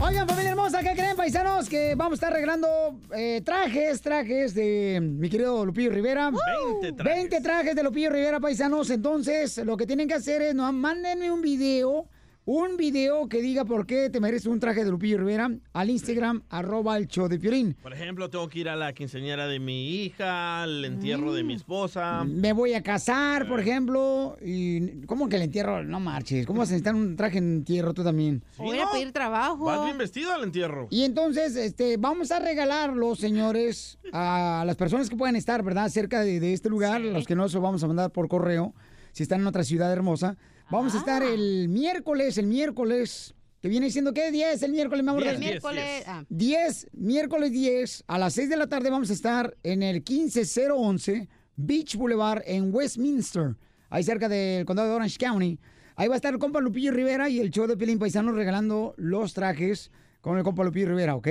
Oigan, familia hermosa, ¿qué creen, paisanos? Que vamos a estar regalando eh, trajes, trajes de mi querido Lupillo Rivera.
20 trajes.
20 trajes de Lupillo Rivera, paisanos. Entonces, lo que tienen que hacer es, no, mándenme un video, un video que diga por qué te mereces un traje de Lupillo Rivera al Instagram, arroba el show de Piolín.
Por ejemplo, tengo que ir a la quinceañera de mi hija, al entierro
Mm.
de mi esposa.
Me voy a casar, por ejemplo. Y, ¿Cómo que el entierro? No marches. ¿Cómo vas a necesitar un traje en entierro tú también?
O voy a pedir trabajo.
¿Vas bien vestido al entierro?
Y entonces, este, vamos a regalarlos, señores, a las personas que puedan estar, ¿verdad? Cerca de, de este lugar, los que no se los vamos a mandar por correo, si están en otra ciudad hermosa. Vamos a
Ah.
estar el miércoles, el miércoles, que viene siendo, ¿qué día es el miércoles, mi amor?
El miércoles. ah.
10, miércoles 10, a las 6 de la tarde vamos a estar en el 15011 Beach Boulevard en Westminster, ahí cerca del condado de Orange County. Ahí va a estar el compa Lupillo Rivera y el show de Pelín Paisano regalando los trajes con el compa Lupillo Rivera, ¿ok?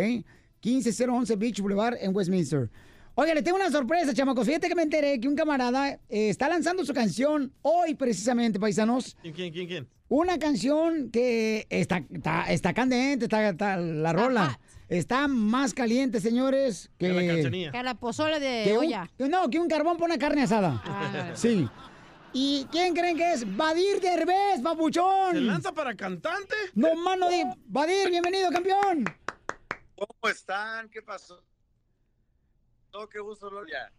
15011 Beach Boulevard en Westminster. Oiga, le tengo una sorpresa, chamacos. Fíjate que me enteré que un camarada eh, está lanzando su canción hoy precisamente, paisanos.
¿Quién, quién, quién, quién?
Una canción que está, está, está candente, está, está la rola. Está más caliente, señores, que...
la cachanilla.
Que la pozole de
que un-
olla. Ah.
que no, que un carbón pone carne asada. Sí. ¿Y quién creen que es? Badir Derbez, papuchón.
¿Se lanza para cantante?
No, mano de... Badir, bienvenido, campeón.
¿Cómo están? ¿Qué pasó? No, qué gusto, Oh, Gloria.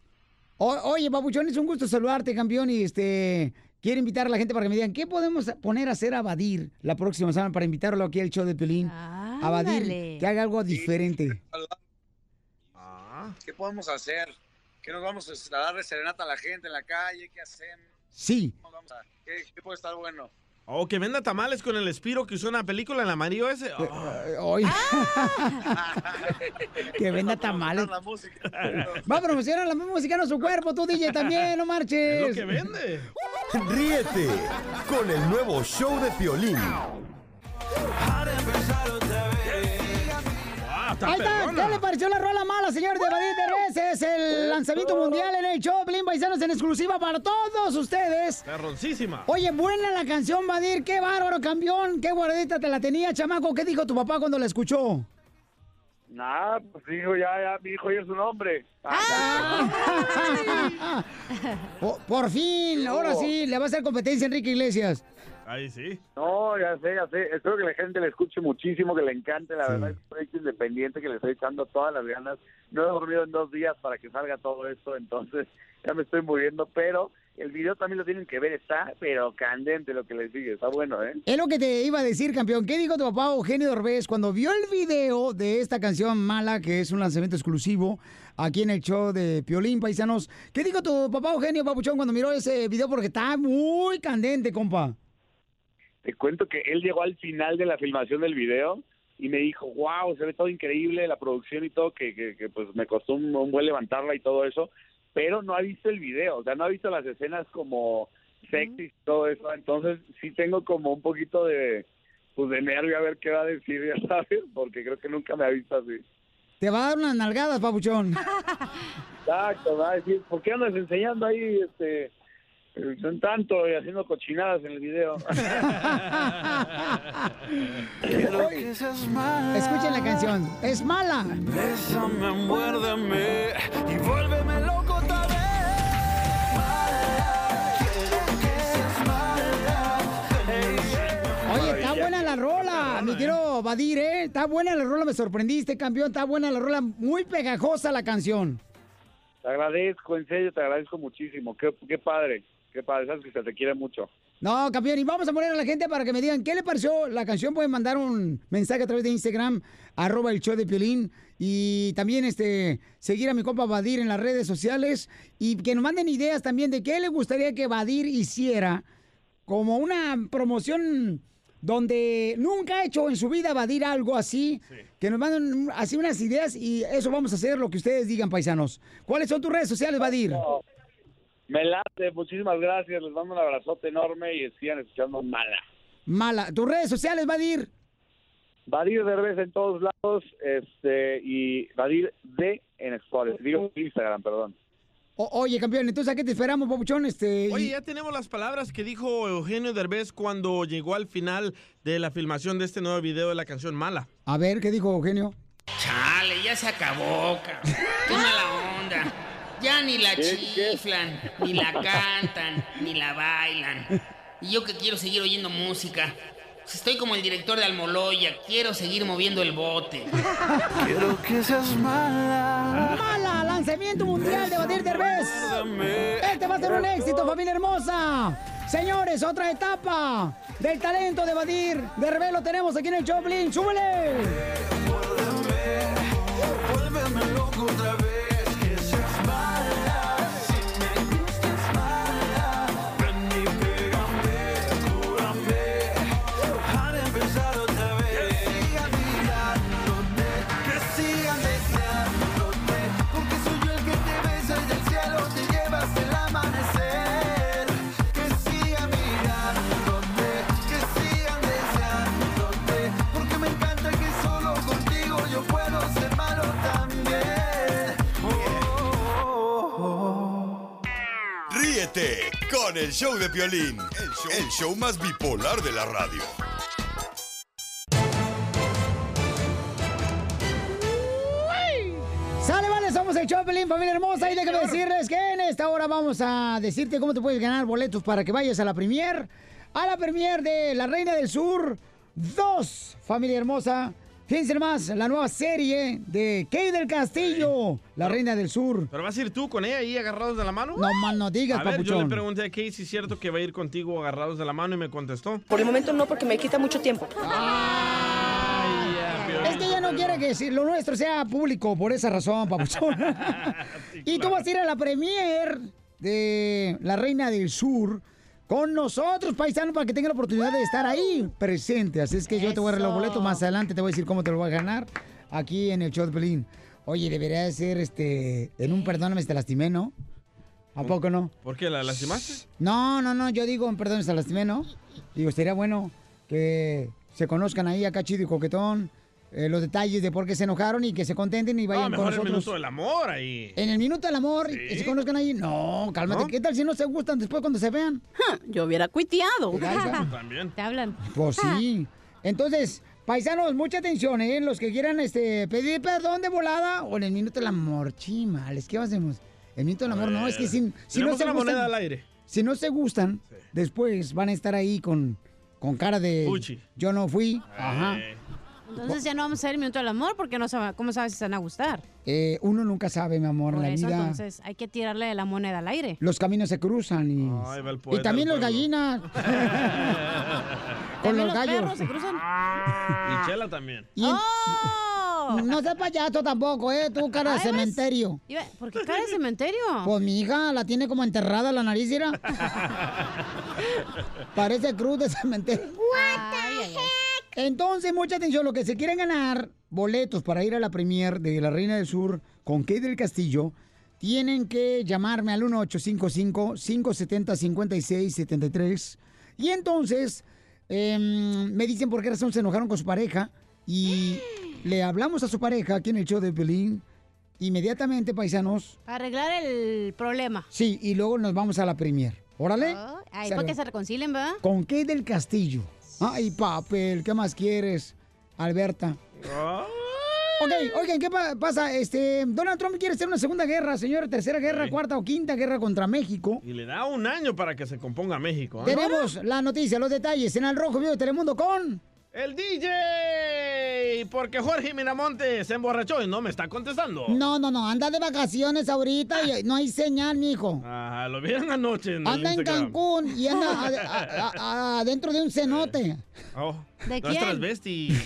O- oye, Papuchón, es un gusto saludarte, campeón. Y este, quiero invitar a la gente para que me digan, ¿qué podemos poner a hacer a Badir la próxima semana para invitarlo aquí al show de Pelín? a
Ándale.
Badir, que haga algo diferente.
Ah.
¿Qué podemos hacer? ¿Qué nos vamos a dar de serenata a la gente en la calle? ¿Qué hacemos?
Sí.
Vamos a- ¿Qué, qué puede estar bueno?
O Oh, que venda tamales con el espiro que usó en la película, el amarillo
Eh,
ese. Ah.
Hoy. que venda tamales. Va a promocionar la música en su cuerpo, tú, DJ, también, no marches.
Es lo que vende.
Ríete con el nuevo show de Piolín.
Ah,
Ahí está, ¿qué le pareció la rola mala, señor de Badir Terres? Es el lanzamiento mundial en el show, Pelín Paisanos en exclusiva para todos ustedes.
Perroncísima.
Oye, buena la canción, Badir. Qué bárbaro, campeón. Qué guardita te la tenía, chamaco. ¿Qué dijo tu papá cuando la escuchó?
Nah, pues hijo, ya, ya, mi hijo ya es un hombre. Ah,
Ah. Po- Oh, por fin, ahora sí, le va a hacer competencia a Enrique Iglesias.
Ahí sí.
No, ya sé, ya sé. Espero que la gente le escuche muchísimo, que le encante. La verdad es un proyecto independiente que le estoy echando todas las ganas. No he dormido en dos días para que salga todo esto, entonces ya me estoy muriendo. Pero el video también lo tienen que ver. Está, pero candente lo que les sigue. Está bueno, ¿eh?
Es lo que te iba a decir, campeón. ¿Qué dijo tu papá Eugenio Derbez cuando vio el video de esta canción mala, que es un lanzamiento exclusivo aquí en el show de Piolín Paisanos? ¿Qué dijo tu papá Eugenio Papuchón cuando miró ese video? Porque está muy candente, compa.
Te cuento que él llegó al final de la filmación del video y me dijo, wow, se ve todo increíble, la producción y todo, que, que, que, pues me costó un, un buen levantarla y todo eso, pero no ha visto el video, o sea, no ha visto las escenas como sexy y todo eso, entonces sí tengo como un poquito de, pues de nervio a ver qué va a decir, ya sabes, porque creo que nunca me ha visto así.
Te va a dar unas nalgadas, Papuchón.
Exacto, va a decir, ¿por qué andas enseñando ahí este eh, tanto y haciendo cochinadas en el video?
Escuchen la canción. Es mala.
Bésame, muérdeme y vuélveme loco otra vez.
Oye, está buena la rola, mi quiero Badir, ¿eh? Está buena la rola, me sorprendiste, campeón. Está buena la rola, muy pegajosa la canción.
Te agradezco, en serio, te agradezco muchísimo. Qué, qué padre, qué padre. Sabes que se te quiere mucho.
No, campeón, y vamos a poner a la gente para que me digan qué le pareció la canción. Pueden mandar un mensaje a través de Instagram, arroba el show de Piolín. Y también este, seguir a mi compa Badir en las redes sociales. Y que nos manden ideas también de qué le gustaría que Badir hiciera como una promoción donde nunca ha hecho en su vida Badir algo así. Que nos manden así unas ideas y eso vamos a hacer lo que ustedes digan, paisanos. ¿Cuáles son tus redes sociales, Badir?
Me late, muchísimas gracias. Les mando un abrazote enorme y sigan escuchando mala.
Mala. ¿Tus redes sociales, Badir?
Vadir Derbez en todos lados este y Vadir D en Spotify. Digo Instagram, perdón.
O- oye, campeón, entonces, ¿a qué te esperamos, papuchón? Este, y-
Oye, ya tenemos las palabras que dijo Eugenio Derbez cuando llegó al final de la filmación de este nuevo video de la canción Mala.
A ver, ¿qué dijo Eugenio?
Chale, ya se acabó, cabrón. Qué mala onda. Ya ni la chiflan, ni la cantan, ni la bailan. Y yo que quiero seguir oyendo música. Pues Estoy como el director de Almoloya, quiero seguir moviendo el bote.
Quiero que seas mala.
¡Mala! ¡Lanzamiento mundial de Badir Derbez! ¡Este va a ser un éxito, familia hermosa! Señores, otra etapa del talento de Badir Derbez lo tenemos aquí en el Choplin. ¡Súbele!
Vuélveme loco otra vez. Que seas mala. Si me gustas mala. Ven y pégame, cúrame. Al empezar otra vez. Que sigan mirándote. Que sigan deseándote. Porque soy yo el que te besa y del cielo te llevas el amanecer. Que sigan mirándote. Que sigan deseándote. Porque me encanta que solo contigo yo puedo ser malo también.
Ríete con el show de Piolín, el show, el show más bipolar de la radio.
¡Sale, vale! Somos el Choplin, familia hermosa. Y déjame decirles que en esta hora vamos a decirte cómo te puedes ganar boletos para que vayas a la premier. A la premier de La Reina del Sur 2, familia hermosa. Fíjense más, la nueva serie de Kay del Castillo, la reina del sur.
¿Pero vas a ir tú con ella ahí agarrados de la mano?
No más no digas,
A ver, yo le
papuchón.
pregunté a Kay si es cierto que va a ir contigo agarrados de la mano y me contestó.
Por el momento no, porque me quita mucho tiempo.
Ah,
Es que ella no quiere que si- lo nuestro sea público, por esa razón, papuchón. y tú vas a ir a la premier de La Reina del Sur con nosotros, paisano, para que tenga la oportunidad de estar ahí presente. Así es que yo te voy a dar los
Eso.
boletos más adelante, te voy a decir cómo te lo voy a ganar aquí en el show de Pelín. Oye, debería de ser este, en un perdóname si te lastimé, ¿no? ¿A poco no?
¿Por qué? ¿La lastimaste?
No, no, no, yo digo, en perdón, se lastimé, ¿no? Digo, sería bueno que se conozcan ahí acá chido y coquetón eh, los detalles de por qué se enojaron y que se contenten y
Ah,
vayan con
mejor el
nosotros.
minuto del amor ahí.
En el minuto del amor, que se conozcan ahí. No, cálmate,
¿No?
¿qué tal si no se gustan después cuando se vean? yo hubiera cuiteado.
También.
Te hablan.
Pues sí. Entonces, paisanos, mucha atención, ¿eh? Los que quieran este, pedir perdón de volada o en el minuto del amor, chimales, ¿qué hacemos? El minuto del amor, no, es que si, si no
Tiramos
se
una
gustan,
moneda al aire.
Si no se gustan, después van a estar ahí con, con cara de...
Fuchi.
Yo no fui. Ajá.
Entonces ya no vamos a hacer el minuto del amor porque no sabe, cómo sabes si se van a gustar.
Eh, uno nunca sabe, mi amor, en
Por
la
eso
vida.
entonces hay que tirarle la moneda al aire.
Los caminos se cruzan y,
Ahí va el
y
poeta
también
del
los gallinas con los,
También los
gallos. Ah.
perros se pueblo. Y Chela también.
Y en- No seas payaso tampoco, ¿eh? Tú, cara de
¡Oh! Ay, ves.
cementerio.
Iba- ¿Por qué cara de cementerio?
Pues mi hija la tiene como enterrada la nariz, mira. Parece cruz de cementerio. Entonces, mucha atención, lo que se quieren ganar boletos para ir a la premier de La Reina del Sur con Kate del Castillo, tienen que llamarme al 1855-570-5673. Y entonces em, me dicen por qué razón se enojaron con su pareja y le hablamos a su pareja aquí en el show de Pelín. Inmediatamente, paisanos.
Arreglar el problema.
Sí, y luego nos vamos a la premier. Órale.
Oh, ahí
Se
para
arregló.
que se reconcilien, ¿verdad?
¿Con qué del castillo? Ay, papel, ¿qué más quieres, Alberta? Ok, oigan, ¿qué pa- pasa? Este, Donald Trump quiere hacer una segunda guerra, señor, tercera guerra, cuarta o quinta guerra contra México.
Y le da un año para que se componga México. ¿ah?
Tenemos la noticia, los detalles en Al Rojo Vivo de Telemundo con...
El DJ, porque Jorge Miramonte se emborrachó y no me está contestando.
No, no, no, anda de vacaciones ahorita y no hay señal, mijo.
Ajá, lo vieron anoche Ah, en el
Anda en
Instagram.
Cancún y anda a- a- a- a- adentro de un cenote.
Oh,
¿De
no es
quién? Ah,
transvesti.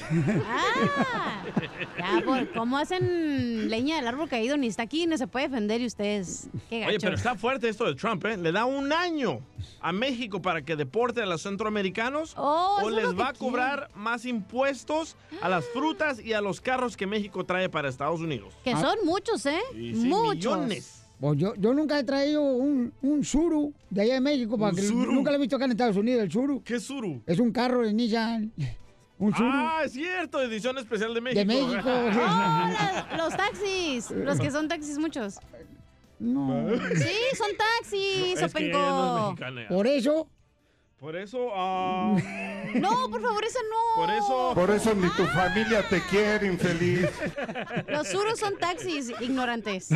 Ya, por cómo hacen leña del árbol caído, ni está aquí, ni se puede defender y ustedes. Qué
Oye,
gachos.
pero está fuerte esto de Trump, ¿eh? Le da un año a México para que deporte a los centroamericanos
Oh, eso
o
es lo
les
que Ah.
va a cobrar más impuestos a las frutas y a los carros que México trae para Estados Unidos. Ah,
Ah.
Que son muchos, ¿eh?
Sí, sí,
muchos.
millones.
Pues yo, yo nunca he traído un, un suru de allá de México, para
¿Un
que
suru?
nunca lo he visto acá en Estados Unidos, el suru.
¿Qué suru?
Es un carro de Nissan. Un suru.
Ah, es cierto, edición especial de México.
De México.
Hola, los taxis. Los que son taxis, muchos.
No.
Sí, son taxis,
No, es que ella no es
Openco.
mexicana.
Por eso.
Por eso, ah,
No, por favor, esa no.
por eso.
Por eso ni tu familia te quiere, infeliz.
Los suros son taxis ignorantes.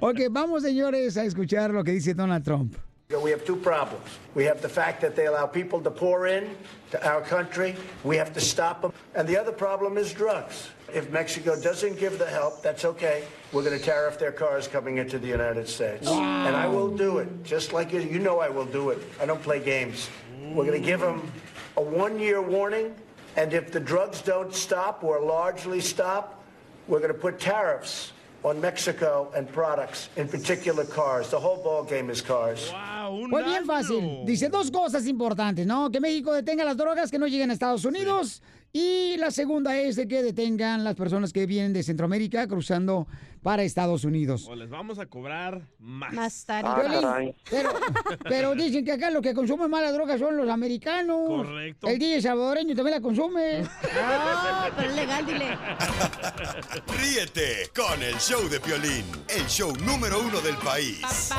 Ok, vamos señores a escuchar lo que dice Donald Trump.
We have two problems. We have the fact that they allow people to pour in to our country. We have to stop them. And the other problem is drugs. If Mexico doesn't give the help, that's okay. We're going to tariff their cars coming into the United States.
Wow.
And I will do it, just like you. You know I will do it. I don't play games. We're going to give them a one year warning. And if the drugs don't stop or largely stop, we're going to put tariffs on Mexico and products, in particular cars. The whole ball game is cars.
Fue Pues bien fácil. Dice dos cosas importantes, ¿no? Que México detenga las drogas que no lleguen a Estados Unidos. Y la segunda es de que detengan las personas que vienen de Centroamérica cruzando para Estados Unidos.
O les vamos a cobrar más.
Piolín, pero, pero dicen que acá los que consumen más la droga son los americanos.
Correcto.
El DJ salvadoreño también la consume.
pero es legal, dile.
Ríete con el show de Piolín, el show número uno del país.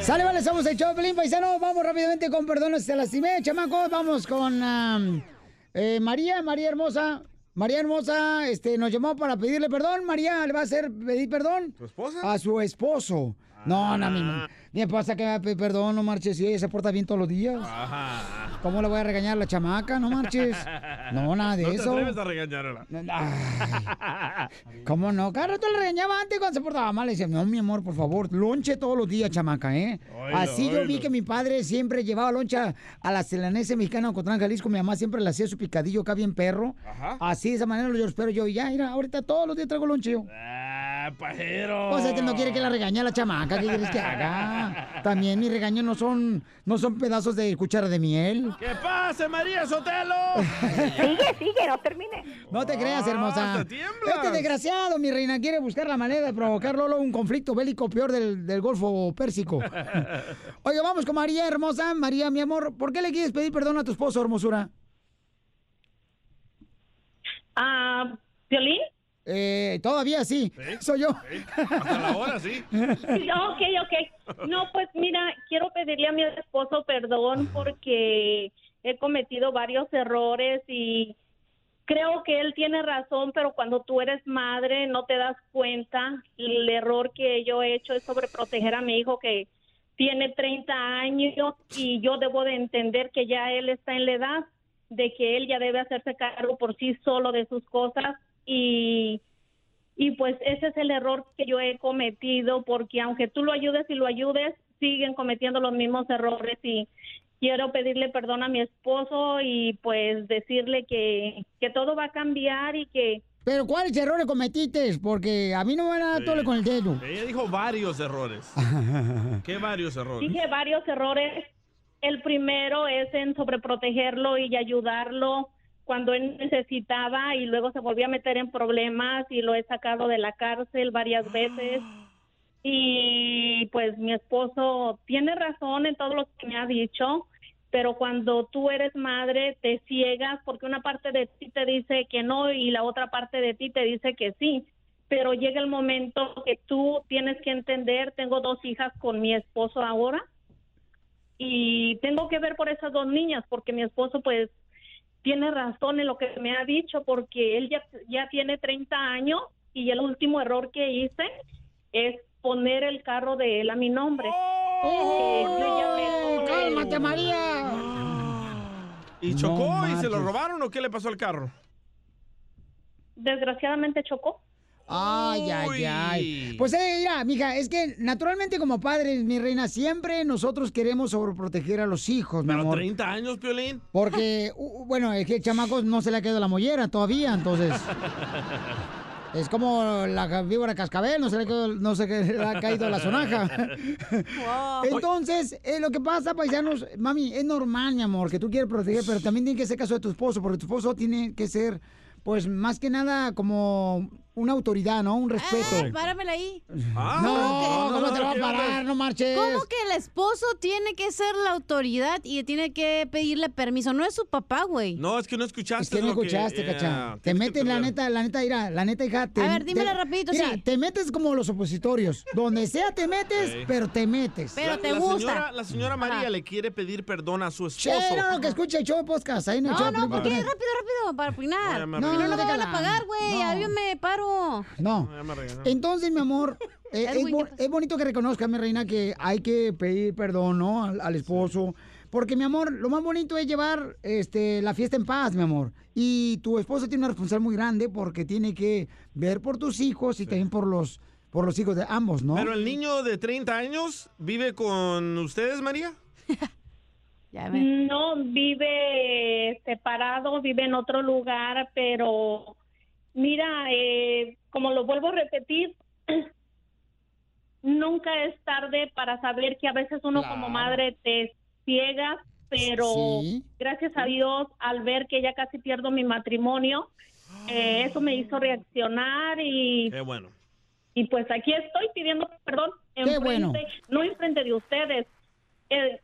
Sale, vale, somos el show de Pelín Paisano. Vamos rápidamente con perdón, se lastimé, chamacos. Vamos con am, eh, María, María Hermosa. María Hermosa este, nos llamó para pedirle perdón. María le va a hacer pedir perdón. ¿Tu esposa? A su esposo. No, no, mi,
Ah.
mi esposa que me va a pedir perdón, no marches. Y ella se porta bien todos los días.
Ajá.
¿Cómo le voy a regañar a la chamaca? No marches. No, nada de
no
eso.
te atreves a Ah, regañarla.
¿Cómo no? Carlos, tú le regañaba antes cuando se portaba mal. Le decía, no, mi amor, por favor, lonche todos los días, chamaca, ¿eh?
Oilo,
Así yo vi
oilo.
que mi padre siempre llevaba loncha a la celanese mexicana Ocotlán, Jalisco. Mi mamá siempre le hacía su picadillo acá bien perro.
Ajá.
Así de esa manera lo yo espero yo. Y ya, mira, ahorita todos los días traigo lonche yo.
Ah, pajero.
O sea, que no quiere que la regañe a la chamaca. ¿Qué quieres que haga? También mis regaños no son, no son pedazos de cuchara de miel.
¡Que pase, María Sotelo!
Sigue, sigue, no termine. No te creas, hermosa.
Ah, te tiemblas.
Este desgraciado, mi reina, quiere buscar la manera de provocar Lolo un conflicto bélico peor del, del Golfo Pérsico. Oiga, vamos con María, hermosa. María, mi amor, ¿por qué le quieres pedir perdón a tu esposo, hermosura?
Ah, ¿Violín?
Eh, todavía sí. Soy yo.
Hasta la hora, sí.
ok, ok. No, pues mira, quiero pedirle a mi esposo perdón porque he cometido varios errores y creo que él tiene razón, pero cuando tú eres madre no te das cuenta. El error que yo he hecho es sobreproteger a mi hijo que tiene 30 años y yo debo de entender que ya él está en la edad de que él ya debe hacerse cargo por sí solo de sus cosas y y pues ese es el error que yo he cometido, porque aunque tú lo ayudes y lo ayudes, siguen cometiendo los mismos errores y quiero pedirle perdón a mi esposo y pues decirle que, que todo va a cambiar y que
Pero ¿cuáles errores cometiste? Porque a mí no me van a dar
Sí.
tole Ah, con el dedo.
Ella dijo varios errores. ¿Qué varios errores?
dije varios errores. El primero es en sobreprotegerlo y ayudarlo cuando él necesitaba y luego se volvió a meter en problemas y lo he sacado de la cárcel varias veces. Y pues mi esposo tiene razón en todo lo que me ha dicho, pero cuando tú eres madre te ciegas porque una parte de ti te dice que no y la otra parte de ti te dice que sí. Pero llega el momento que tú tienes que entender, tengo dos hijas con mi esposo ahora y tengo que ver por esas dos niñas porque mi esposo pues tiene razón en lo que me ha dicho porque él ya, ya tiene 30 años y el último error que hice es poner el carro de él a mi nombre. Eh, yo ya me-
Oh, ¡Cálmate, María!
¿Y chocó
No
y se lo
manches.
robaron o qué le pasó al carro?
Desgraciadamente chocó.
Ay, ay, ay. Pues eh, mira, mija, es que naturalmente como padres, mi reina, siempre nosotros queremos sobreproteger a los hijos, mi amor.
30 años, Piolín.
Porque, u- u- bueno, es que chamacos no se le ha quedado la mollera todavía, entonces. Es como la ca- víbora cascabel, no se le ha quedado- no se le ha caído la sonaja. Entonces, eh, lo que pasa, paisanos, mami, es normal, mi amor, que tú quieres proteger, pero también tiene que ser caso de tu esposo, porque tu esposo tiene que ser, pues, más que nada como una autoridad, ¿no? Un respeto.
Páramela ahí.
Ah,
no, ¿cómo te lo va a parar? No marches.
Ah, ¿Cómo que el esposo tiene que ser la autoridad y tiene que pedirle permiso? No es su papá, güey.
No, es que no escuchaste.
Es que no
lo
escuchaste,
eh,
cacha. Te
tienes que
meten, la
entender.
neta, la neta, mira, la neta, hija. Te,
A ver, dímela
te-
rapidito,
mira,
sí.
te metes como los opositorios. Donde sea te metes,
Sí.
pero te metes.
La- la Señora, la señora María le quiere pedir perdón a su esposo.
Che, no, no, que escuche el show de podcast. Ahí en el
No,
show
no,
de
porque
podcast.
rápido, rápido, para opinar.
No, ya
No,
me
no, no me van
arreglé.
a pagar, güey.
No.
A mí me paro.
No. Entonces, mi amor, eh, es,
Edwin,
bo- es bonito que reconozca, mi reina, que hay que pedir perdón, ¿no? Al, al esposo. Porque, mi amor, lo más bonito es llevar este, la fiesta en paz, mi amor. Y tu esposo tiene una responsabilidad muy grande porque tiene que ver por tus hijos y también por los, por los hijos de ambos, ¿no?
Pero el niño de 30 años vive con ustedes, María.
No, vive separado, vive en otro lugar, pero mira, eh, como lo vuelvo a repetir, nunca es tarde para saber que a veces uno como madre te ciegas, pero
Sí.
gracias a Dios al ver que ya casi pierdo mi matrimonio, eh, eso me hizo reaccionar y...
Qué Eh, bueno.
Y pues aquí estoy pidiendo perdón enfrente,
bueno.
no enfrente de ustedes, eh,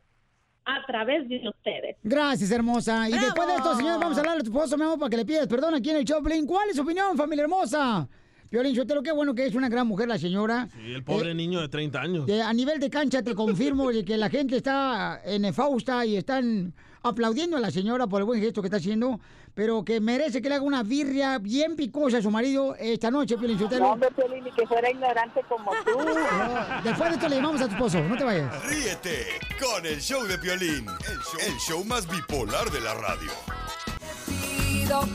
a través de ustedes.
Gracias, hermosa. Y
¡Bravo!
después de esto, señor, vamos a hablar a tu esposo, mi amor, para que le pidas perdón aquí en el Choplin. ¿Cuál es su opinión, familia hermosa? Piolín Sotelo, qué bueno que es una gran mujer la señora.
Y el pobre niño de 30 años.
Eh, a nivel de cancha te confirmo de que la gente está en Fausta y están aplaudiendo a la señora por el buen gesto que está haciendo, pero que merece que le haga una birria bien picosa a su marido esta noche, Piolín Sotelo.
No, hombre, Piolín, ni que fuera ignorante como tú.
Después de esto le llamamos a tu esposo, no te vayas.
Ríete con el show de Piolín, el show, el show más bipolar de la radio.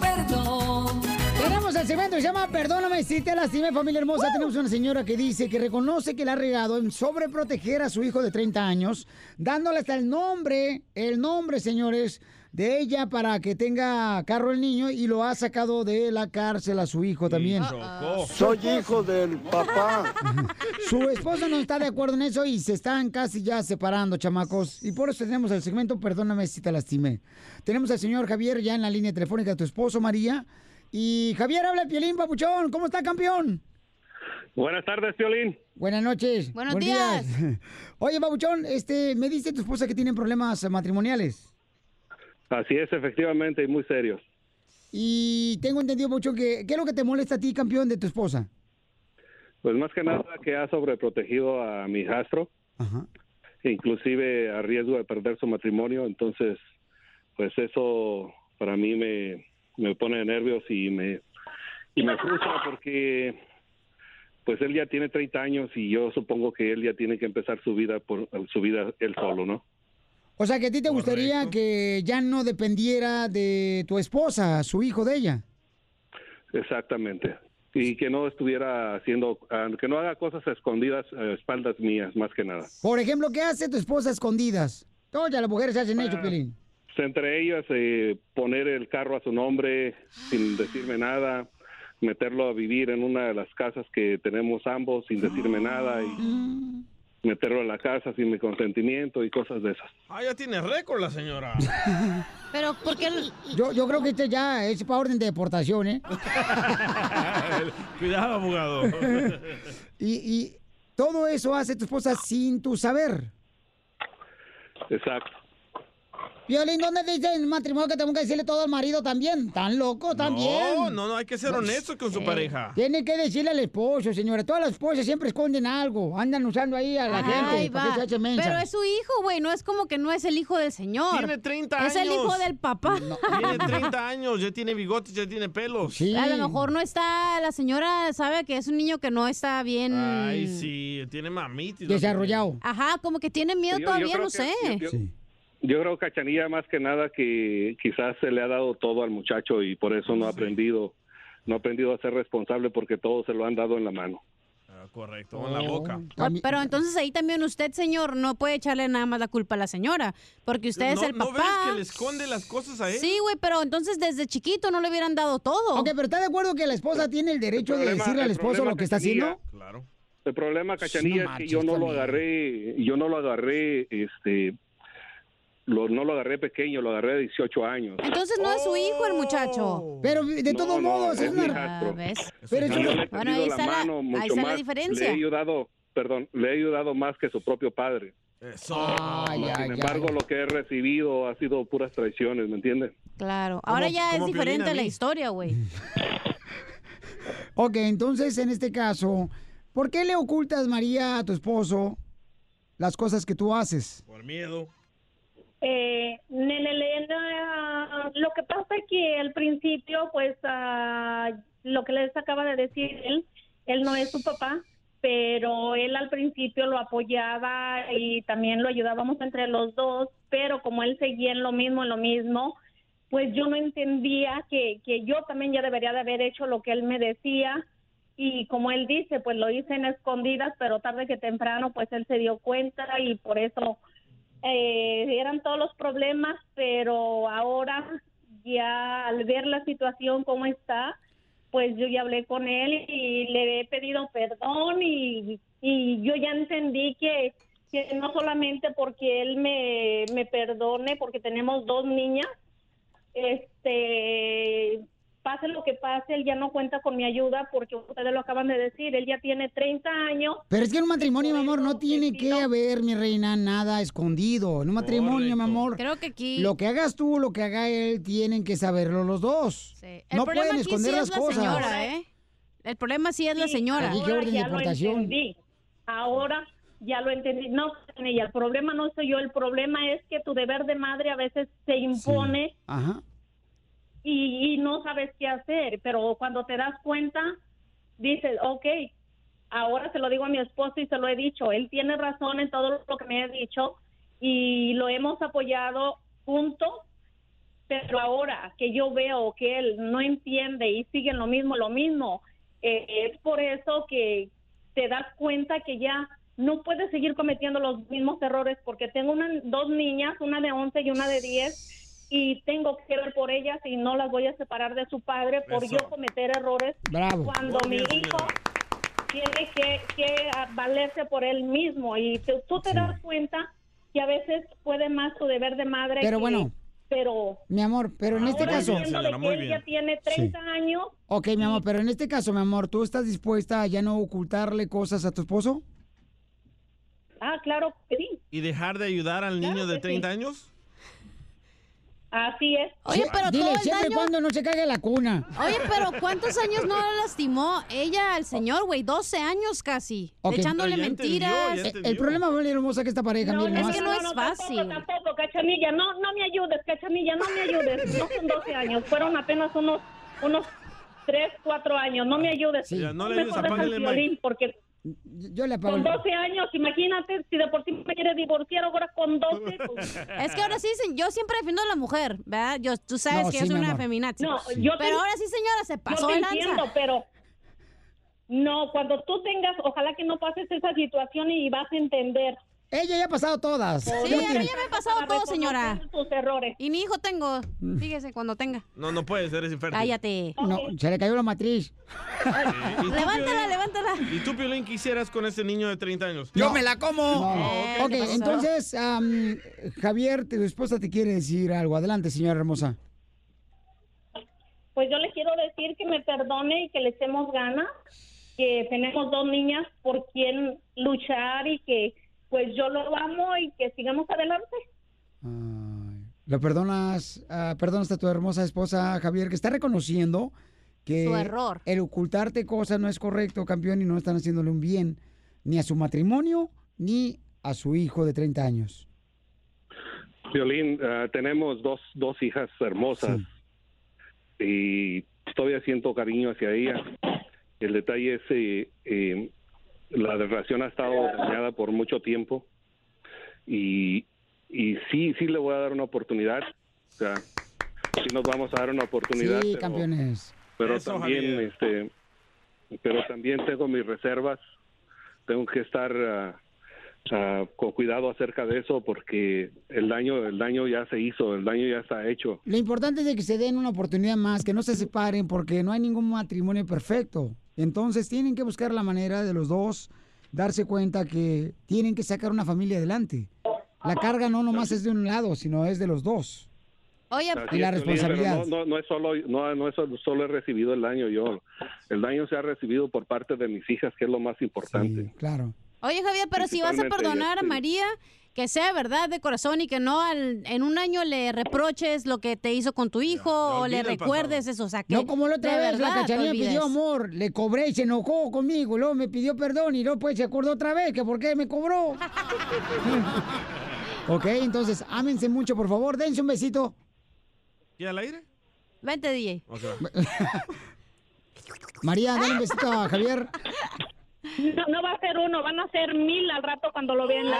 perdón. Tenemos el segmento que se llama Perdóname si te lastimé, familia hermosa. Tenemos una señora que dice que reconoce que la ha regado en sobreproteger a su hijo de 30 años, dándole hasta el nombre, el nombre, señores, de ella para que tenga carro el niño y lo ha sacado de la cárcel a su hijo también.
chocó.
Soy hijo del papá. su esposo no está de acuerdo en eso y se están casi ya separando, chamacos. Y por eso tenemos el segmento Perdóname si te lastimé. Tenemos al señor Javier ya en la línea telefónica de tu esposo, María. Y Javier, habla el piolín, papuchón. ¿Cómo está, campeón?
Buenas tardes, Piolín.
Buenas noches.
Buenos
Oye, papuchón, este, me dice tu esposa que tienen problemas matrimoniales.
Así es, efectivamente, y muy serio.
Y tengo entendido, papuchón, que ¿qué es lo que te molesta a ti, campeón, de tu esposa?
Pues más que nada que ha sobreprotegido a mi hijastro, inclusive a riesgo de perder su matrimonio, entonces, pues eso para mí me, me pone de nervios y me, y me frustra porque pues él ya tiene 30 años y yo supongo que él ya tiene que empezar su vida por su vida él solo, ¿no?
O sea, que a ti te gustaría que ya no dependiera de tu esposa, su hijo de ella.
Exactamente. Y que no estuviera haciendo, ah, que no haga cosas a escondidas, a espaldas mías, más que nada.
Por ejemplo, ¿qué hace tu esposa a escondidas? Todas las mujeres hacen eso, Piolín.
Pues, entre ellas, eh, poner el carro a su nombre sin decirme nada, meterlo a vivir en una de las casas que tenemos ambos sin decirme nada y meterlo a la casa sin mi consentimiento y cosas de esas.
Ah, ya tiene récord la señora.
Pero, ¿por qué? Yo, yo creo que este ya es para orden de deportación, ¿eh?
Cuidado,
Oh.
abogado.
Y, y todo eso hace tu esposa sin tu saber.
Exacto.
Violín, ¿dónde dice en el matrimonio que tengo que decirle todo al marido también? ¿Tan loco también?
No, no, no, hay que ser honestos con su
eh,
Sí.
pareja.
Tiene que decirle al esposo, señora. Todas las esposas siempre esconden algo. Andan usando ahí a la gente. para que se hache mensa.
Pero es su hijo, güey. No es como que no es el hijo del señor.
Tiene 30
Es el
años.
hijo del papá.
Tiene 30 años, ya tiene bigotes, ya tiene pelos.
A lo mejor no está, la señora sabe que es un niño que no está bien
Ay, sí, tiene mamita.
Ajá, como que tiene miedo
Yo- yo
todavía,
creo
no
que-
sé.
yo- Yo creo, Cachanilla, más que nada que quizás se le ha dado todo al muchacho y por eso no ha aprendido, no ha aprendido a ser responsable porque todo se lo han dado en la mano.
Correcto, en la boca.
Ah, Pero entonces ahí también usted, señor, no puede echarle nada más la culpa a la señora, porque usted es
¿No,
el
¿No ves
papá.
que le esconde las cosas a él?
Sí, güey, pero entonces desde chiquito no le hubieran dado todo.
¿Eh? Ok, pero ¿está de acuerdo que la esposa tiene el derecho de
problema-
decirle al
el
esposo
problema
lo que está
Cachanilla,
haciendo?
Claro.
El problema, Cachanilla,
no
es que yo no lo agarré, yo no lo agarré, este, lo- no lo agarré pequeño, lo agarré de 18 años.
Entonces no es su hijo el muchacho.
Oh. Pero de
No, todos no, modos, es es una- mi hijastro.
Pero
Y
eso-
yo le he
bueno,
tendido
ahí está la,
mano
ahí
mucho
está la
más. Le
diferencia.
he ayudado, perdón, le he ayudado más que su propio padre.
Eso.
Sin embargo, lo que he recibido ha sido puras traiciones, ¿me entiendes?
Claro, ahora
Como-
ya es
como Piolín a
diferente la
mí.
historia, güey.
Ok, entonces en este caso, ¿por qué le ocultas, María, a tu esposo las cosas que tú haces?
Por miedo.
Eh, nene, Elena, lo que pasa es que al principio, pues, ah, lo que les acaba de decir él, él no es su papá, pero él al principio lo apoyaba y también lo ayudábamos entre los dos, pero como él seguía en lo mismo, en lo mismo, pues yo no entendía que, que yo también ya debería de haber hecho lo que él me decía y como él dice, pues lo hice en escondidas, pero tarde que temprano, pues él se dio cuenta y por eso eh, eran todos los problemas, pero ahora ya al ver la situación como está, pues yo ya hablé con él y le he pedido perdón y, y yo ya entendí que, que no solamente porque él me, me perdone, porque tenemos dos niñas, este pase lo que pase, él ya no cuenta con mi ayuda porque ustedes lo acaban de decir, él ya tiene 30 años
Pero es que en un matrimonio, mi amor, no tiene que haber, mi reina, nada escondido. En un matrimonio, mi amor,
Creo que aquí.
lo que hagas tú, lo que haga él, tienen que saberlo los dos.
Sí. El
No
problema
pueden
aquí
esconder
sí
las
es la
cosas.
señora, ¿eh? El problema sí es la señora.
¿Y qué orden de
Ya lo
deportación?
entendí. Ahora ya lo entendí. No, Cachanilla, el problema no soy yo. El problema es que tu deber de madre a veces se impone
Ajá.
y, y no sabes qué hacer. Pero cuando te das cuenta, dices, ok, ahora se lo digo a mi esposo y se lo he dicho. Él tiene razón en todo lo que me ha dicho y lo hemos apoyado juntos. Pero ahora que yo veo que él no entiende y sigue en lo mismo, lo mismo, eh, es por eso que, te das cuenta que ya no puedes seguir cometiendo los mismos errores porque tengo una- dos niñas, una de 11 y una de 10 y tengo que ver por ellas y no las voy a separar de su padre por
Eso.
yo cometer errores
Bravo.
cuando
Muy
mi
bien,
hijo tiene que, que valerse por él mismo y te- tú te das cuenta que a veces puede más tu deber de madre
Pero
que-
bueno.
pero
Mi amor, pero en este
ahora
caso.
entiendo de que él ya tiene 30 años
Ok, mi amor, pero en este caso, mi amor, ¿tú estás dispuesta a ya no ocultarle cosas a tu esposo?
ah claro que sí
¿Y dejar de ayudar al niño de 30 años?
así es
Oye, pero
Dile,
todo el
siempre y
daño-
cuando no se caiga la cuna.
Oye, pero ¿cuántos años no la lastimó ella al señor, güey? 12 años casi.
Ok. Eh,
Echándole mentiras.
El- el problema, Valeria Hermosa, que esta pareja,
No,
miren
es
nomás.
que no es fácil.
Tampoco, tampoco, Cachanilla, no, no me ayudes, Cachanilla, no me ayudes. No son 12 años, fueron apenas unos, unos 3, 4 años. No me ayudes.
Ya, no le
me
ayudes,
cortes al
apágale el mic.
violín porque
Yo le apago.
con
el-
12 años, imagínate, si de por sí me quieres divorciar ahora con 12. pues.
Es que ahora sí, se- yo siempre defiendo a la mujer, ¿verdad? Yo, tú sabes
No,
que
sí,
yo soy
mi
una
amor.
feminazi.
No, yo te-
pero ahora sí, señora, se pasó
yo te
de lanza.
entiendo, pero no, cuando tú tengas, ojalá que no pases esa situación y vas a entender.
Ella ya ha pasado todas.
Sí, a mí ya me ha pasado todo, señora.
Tus errores.
Y mi hijo tengo. Fíjese, cuando tenga.
No, no puede ser, es infértil.
Cállate.
No, se le cayó la matriz.
¿Y tú,
Levántala,
Piolín?
levántala.
¿Y tú, Piolín, qué hicieras con ese niño de 30 años?
No. No. ok, entonces, am, Javier, tu esposa te quiere decir algo. Adelante, señora hermosa.
Pues yo le quiero decir que me perdone y que le echemos ganas, que tenemos dos niñas por quien luchar y que pues yo lo amo y que sigamos adelante.
¿Lo perdonas? ah, ¿Perdonas a tu hermosa esposa, Javier, que está reconociendo que
Su error.
el ocultarte cosas no es correcto, campeón, y no están haciéndole un bien ni a su matrimonio ni a su hijo de 30 años?
Violín, ah, tenemos dos, dos hijas hermosas y todavía siento cariño hacia ella. El detalle es eh, eh, la relación ha estado dañada por mucho tiempo y, y sí, sí le voy a dar una oportunidad. O sea, sí nos vamos a dar una oportunidad.
Sí,
pero-
campeones.
pero
Eso,
también este pero también tengo mis reservas tengo que estar ah, ah, con cuidado acerca de eso porque el daño el daño ya se hizo el daño ya está hecho
Lo importante es de que se den una oportunidad más, que no se separen porque no hay ningún matrimonio perfecto. Entonces tienen que buscar la manera de los dos darse cuenta que tienen que sacar una familia adelante. La carga no nomás es de un lado, sino es de los dos.
Oye,
Así
Y la
es, Piolín, pero
responsabilidad.
no, no, no es solo no, no es solo, solo he recibido el daño yo el daño se ha recibido por parte de mis hijas que es lo más importante
claro
Oye, Javier, pero si vas a
Principalmente
perdonar
ella,
a
sí.
María, que sea verdad de corazón y que no al- en un año le reproches lo que te hizo con tu hijo o le
olvida el
recuerdes eso. O sea, que
No como la otra
de
vez,
verdad
la
te
cachanilla
olvides.
pidió amor, le cobré y se enojó conmigo, y luego me pidió perdón y luego pues se acordó otra vez que por qué me cobró. ok, entonces, ámense mucho, por favor, dense un besito.
¿Y al aire?
Vente, DJ.
Ok.
María, dale un besito a Javier.
No, no va a ser uno, van a ser mil al rato cuando lo vean en la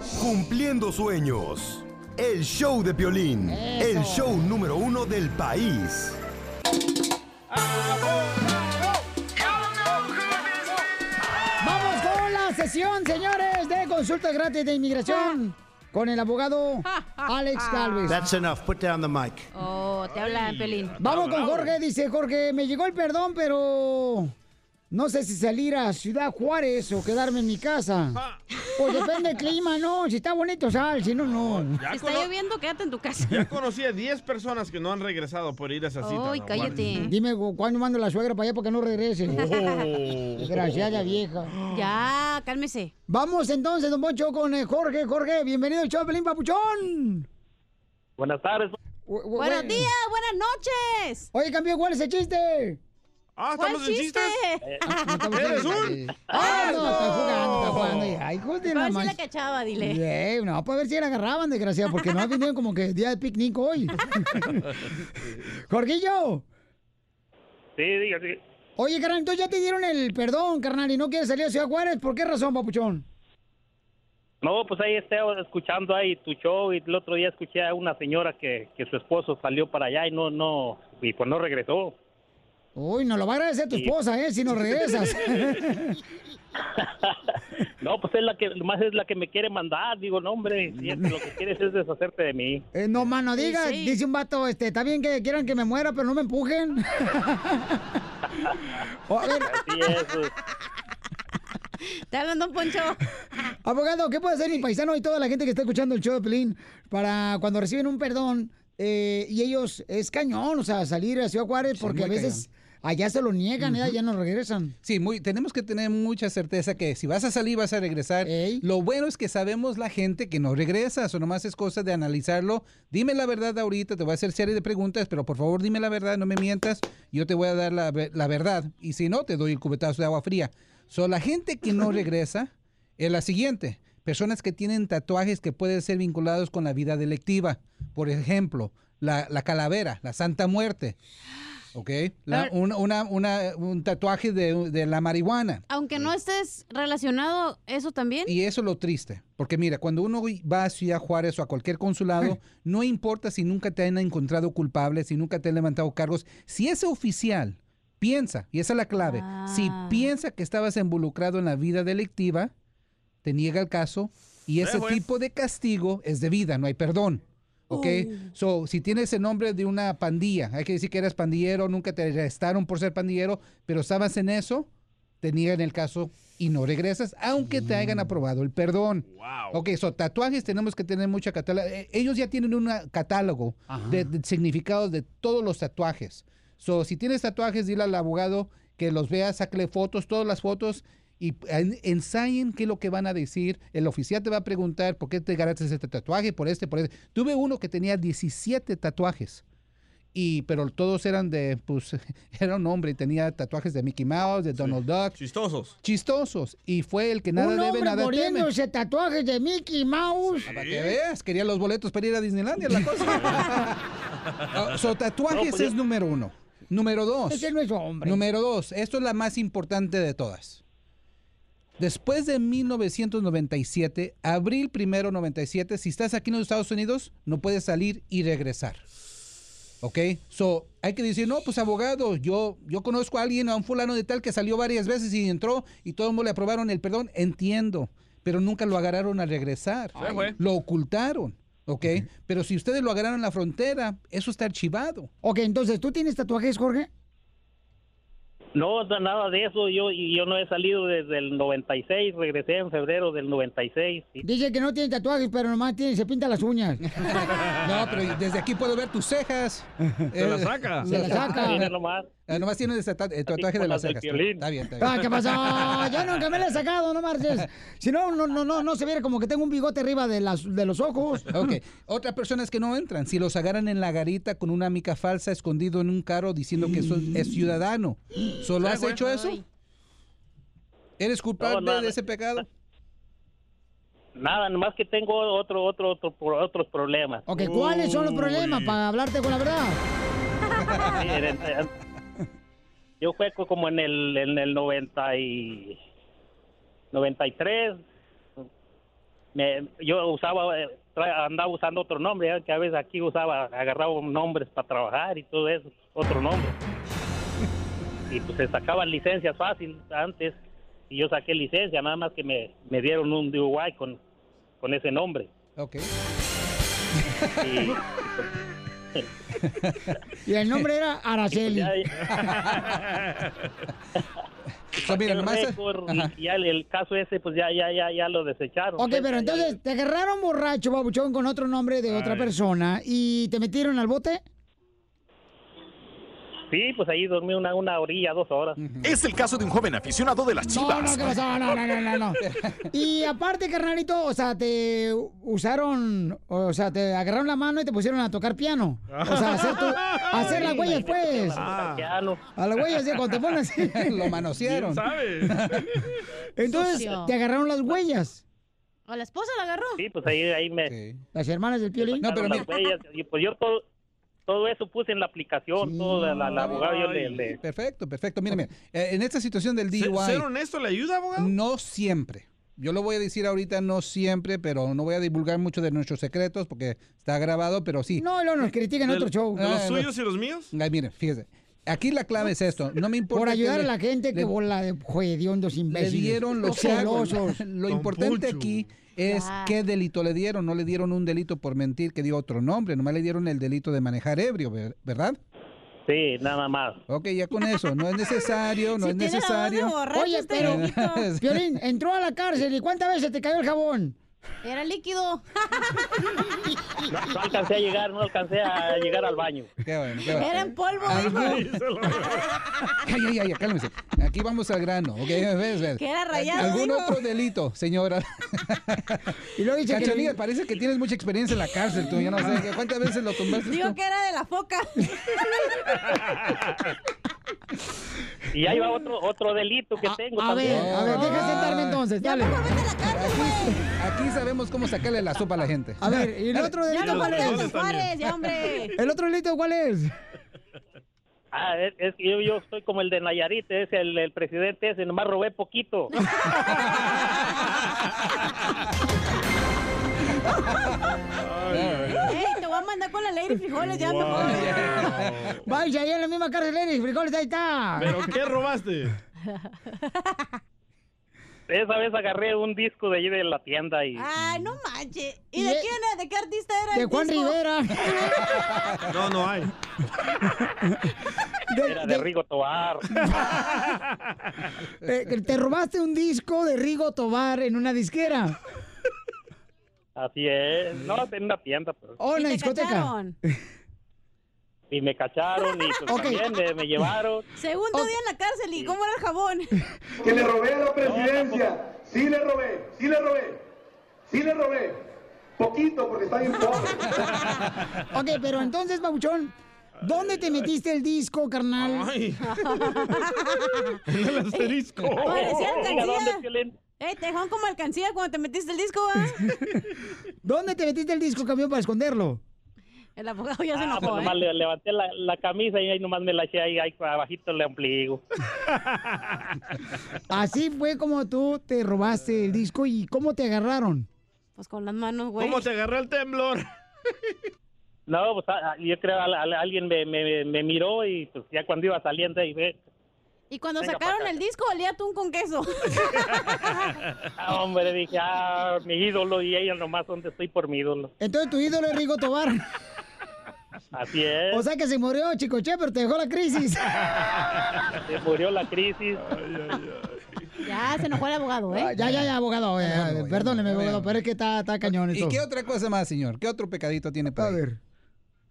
casa.
Cumpliendo sueños. El show de Piolín.
Eso.
El show número uno del país.
Vamos con la sesión, señores, de consulta gratis de inmigración con el abogado Alex Galvez.
That's enough. Put down the mic.
Oh, te hablan, Pelín.
Vamos con Jorge, dice Jorge, me llegó el perdón, pero no sé si salir a Ciudad Juárez o quedarme en mi casa. Pues depende del clima, ¿no? Si está bonito, sal, si no, no.
Oh, Ya
Si está
cono-
lloviendo, quédate en tu casa.
Ya conocí a 10 personas que no han regresado por ir a esa cita.
Ay,
no,
cállate.
Dime cu- cuándo mando la suegra para allá porque no regrese.
guarda.
Desgraciada vieja.
Ya, cálmese.
Vamos entonces, don Poncho, con eh, Jorge. Jorge, bienvenido al show, Pelín Papuchón.
Buenas tardes.
Buenos días, buenas noches.
Oye, campeón, ¿cuál es el chiste? Ah,
Ah,
¿Cuál chiste?
Eh, ¿Eres un? Ah, no, está jugando, está jugando. Ay, hijo de la
Para ver si la
mancha.
cachaba, dile.
Bien, no, para ver si la agarraban, desgraciada, porque no ha venido como que día de picnic hoy. Jorgillo,
Sí, diga, sí.
oye, carnal, entonces ya te dieron el perdón, carnal, y no quieres salir a Ciudad Juárez. ¿Por qué razón, papuchón?
No, pues ahí estaba escuchando ahí tu show y el otro día escuché a una señora que, que su esposo salió para allá y no, no, y pues no regresó.
Uy, nos lo va a agradecer tu
Sí.
esposa, ¿eh? Si nos regresas.
No, pues es la que, más es la que me quiere mandar, digo, no hombre, si es que lo que quieres es deshacerte de mí.
Eh, no, mano,
Sí,
diga,
sí.
dice un vato, este, está bien que quieran que me muera, pero no me empujen. O- a ver,
Así es.
Te hablan, don Poncho.
abogado, ¿qué puede hacer mi paisano y toda la gente que está escuchando el show de Pelín para cuando reciben un perdón eh, y ellos, es cañón, o sea, salir a Ciudad Juárez porque a
muy
veces allá se lo niegan, ¿eh? Allá no regresan.
Sí, muy, tenemos que tener mucha certeza que si vas a salir, vas a regresar. Lo bueno es que sabemos la gente que no regresa, o nomás es cosa de analizarlo. Dime la verdad ahorita, te voy a hacer serie de preguntas, pero por favor dime la verdad, no me mientas, yo te voy a dar la, ve- la verdad. Y si no, te doy el cubetazo de agua fría. So, la gente que no regresa es la siguiente. Personas que tienen tatuajes que pueden ser vinculados con la vida delictiva. Por ejemplo, la, la calavera, la Santa Muerte. ¿Ok? La-
Pero-
un, una- una- un tatuaje de, de la marihuana.
Aunque no estés relacionado, eso también.
Y eso es lo triste. Porque mira, cuando uno va a Ciudad Juárez o a cualquier consulado, no importa si nunca te han encontrado culpable, si nunca te han levantado cargos, si ese oficial piensa, y esa es la clave, si piensa que estabas involucrado en la vida delictiva, te niega el caso y ese juez. tipo de castigo es de vida, no hay perdón. ¿Ok? So, si tienes el nombre de una pandilla, hay que decir que eras pandillero, nunca te arrestaron por ser pandillero, pero estabas en eso, te niegan el caso y no regresas, aunque te hayan aprobado el perdón. Ok, so tatuajes tenemos que tener mucha catálogo. Ellos ya tienen un catálogo de, de significados de todos los tatuajes. So, si tienes tatuajes, dile al abogado que los vea, sácale fotos, todas las fotos y en- ensayen qué es lo que van a decir. El oficial te va a preguntar por qué te ganaste este tatuaje, por este, por este. Tuve uno que tenía 17 tatuajes y pero todos eran de pues era un hombre y tenía tatuajes de Mickey Mouse, de Donald Duck. Chistosos. Chistosos y fue el que nada
un
debe
hombre
nada teme.
muriéndose tatuajes de Mickey Mouse.
Para que veas, quería los boletos para ir a Disneylandia la cosa. so tatuajes No, pues, es número uno. Número dos.
Ese no es hombre.
Número dos, esto es la más importante de todas. Después de 1997, abril primero 97, si estás aquí en los Estados Unidos, no puedes salir y regresar. ¿Ok? So, hay que decir, no, pues abogado, yo, yo conozco a alguien, a un fulano de tal que salió varias veces y entró y todo el mundo le aprobaron el perdón. Entiendo, pero nunca lo agarraron al regresar.
Sí, güey.
Lo ocultaron. ¿Ok? Pero si ustedes lo agarraron en la frontera, eso está archivado.
Ok, entonces, ¿tú tienes tatuajes, Jorge?
No, na- nada de eso, yo, y yo no he salido desde el 96, regresé en febrero del 96. y-
Dice que no tiene tatuajes, pero nomás tiene, se pinta las uñas.
No, pero desde aquí puedo ver tus cejas. Eh,
Se las saca. Se las saca. Mira
nomás. Ah, nomás tiene el tata- el tatuaje de
como
las
las del
cejas. Está
Piolín.
está bien, está bien.
Ah, ¿qué pasó? Ya nunca me la he sacado, no marches. Si no, no, no, no, no se viera como que tengo un bigote arriba de, las, de los ojos.
Ok. Otras personas que no entran, si los agarran en la garita con una mica falsa escondido en un carro diciendo que eso es ciudadano. ¿Solo
Sí,
has
güey.
hecho eso? ¿Eres culpable
No, nada.
de ese pecado?
Nada, nomás que tengo otro, otro, otro, por otros problemas.
Ok, ¿cuáles son los problemas para hablarte con la verdad?
Miren, eh, Yo fue co- como en el, en el 90 y 93. Me, yo usaba, eh, tra- andaba usando otro nombre, ya que a veces aquí usaba, agarraba nombres para trabajar y todo eso, otro nombre. Y pues se sacaban licencias fácil antes. Y yo saqué licencia, nada más que me, me dieron un DUI con, con ese nombre.
Ok.
Y-
Y el nombre era Araceli.
So, mira,
el
nomás-
récord y- y ya el, el caso ese, pues ya, ya, ya, ya lo desecharon.
Ok,
pues,
pero
ya-
entonces te agarraron borracho, babuchón, con otro nombre de otra
Ay.
persona y te metieron al bote.
sí, pues ahí dormí una, una orilla, dos horas.
Es el caso de un joven aficionado de las
No, no,
chivas.
¿qué pasó? No, no, no, no, no. Y aparte, carnalito, o sea, te usaron, o sea, te agarraron la mano y te pusieron a tocar piano. O sea, hacer, tu- hacer las huellas, pues. A las huellas, ya, cuando te pones.
Lo manosearon.
¿Sabes? Entonces,
Sucio.
te agarraron las huellas,
¿O la esposa la agarró?
Sí, pues ahí, ahí me...
las hermanas del piolín.
No, pero pues yo todo, todo eso puse en la aplicación, todo la, la, la abogada yo le- le-
Perfecto, perfecto. Mira, mira, eh, en esta situación del DUI...
ser honesto le ayuda, abogado?
No siempre. Yo lo voy a decir ahorita, no siempre, pero no voy a divulgar mucho de nuestros secretos porque está grabado, pero sí. Eh,
No, no, nos critiquen en otro show.
Ah, bueno.
los míos?
Ay, miren, fíjese. Aquí la clave es esto. No me importa.
Por
que
ayudar a
le-
la gente que
le-
bola de juediondos
le
imbéciles.
dieron los celos.
celosos.
Lo importante aquí es
Ah.
qué delito le dieron. No le dieron un delito por mentir que dio otro nombre. Nomás le dieron el delito de manejar ebrio, ver- ¿verdad?
Sí, nada más.
Ok, ya con eso. No es necesario, no
Si
es
tiene la voz de
necesario.
borracho Oye, este pero-
Sí.
Piolín, entró a la cárcel y ¿cuántas veces te cayó el jabón?
Era líquido.
No alcancé a llegar, no alcancé a llegar al baño.
Qué bueno, qué bueno.
Era en polvo.
Algún-
dijo.
Ay, ay, ay, cálmese. Aquí vamos al grano, ¿ok? ¿Ves, ves?
Que era rayado,
¿Algún
dijo.
otro delito, señora?
y lo
dice que-
parece que tienes mucha experiencia en la cárcel, tú. Yo no sé, ¿cuántas veces lo tumbaste tú?
Digo que era de la foca.
Y ahí va otro, otro delito que tengo.
a
también.
ver, a ver, deja sentarme entonces, Ya dale.
pues,
mejor
vete a la cárcel,
Aquí sabemos cómo sacarle la sopa a la gente.
A ver, ¿y el
Dale.
otro delito cuál es? ¿El otro delito cuál es?
Ah, es, es que yo, yo soy como el de Nayarit, es el, el presidente ese, nomás robé poquito.
Ey, te voy a mandar con la ley de frijoles ya mejor.
Vaya, ahí en la misma cárcel eres, frijoles, ahí está.
¿Pero qué robaste?
Esa vez agarré un disco de allí de la tienda
Ah.
y...
Ay, no manches. ¿Y, de quién era? ¿De qué artista era?
de
el
Juan
disco?
Rivera.
No, no hay.
Era de Rigo Tobar.
Eh, que te robaste un disco de Rigo Tobar en una disquera.
Así es. No, en una tienda. Pues.
O en la discoteca.
Y me cacharon y pues,
Ok.
también me, me llevaron.
Segundo día en la cárcel y cómo era el jabón.
Que le robé a la presidencia. Sí le robé, sí le robé. Sí le robé. Poquito, porque está bien pobre.
Ok, pero entonces, Babuchón, ¿dónde te metiste el disco, carnal?
En el asterisco.
Parecía
¿Dónde,
alcancía. Ey, te dejaron como alcancía cuando te metiste el disco, ¿ah?
¿Dónde te metiste el disco, camión, para esconderlo?
El abogado ya se
Ah, pues
enojó,
nomás
¿eh?
le, levanté la, la camisa y ahí nomás me la eché ahí, ahí abajito el ombligo.
Así fue como tú te robaste el disco y cómo te agarraron.
Pues con las manos, güey.
¿Cómo te agarró el temblor?
No, pues a- a- yo creo al- al- alguien me, me, me miró y pues ya cuando iba saliendo ahí ve,
Y cuando
Venga pa'
sacaron el disco, olía atún con queso.
ah, hombre, dije, ah, mi ídolo y ella nomás donde estoy por mi ídolo.
Entonces tu ídolo es Rigo Tobar.
Así es.
O sea que se murió, chico, che, pero te dejó la crisis.
Se murió la crisis.
Ya, se enojó el abogado,
Ah,
¿eh?
Ya, ya, ya, abogado. eh, perdóneme, abogado, pero es que está, está cañón
¿Y
esto.
qué otra cosa más, señor? ¿Qué otro pecadito tiene para A ver.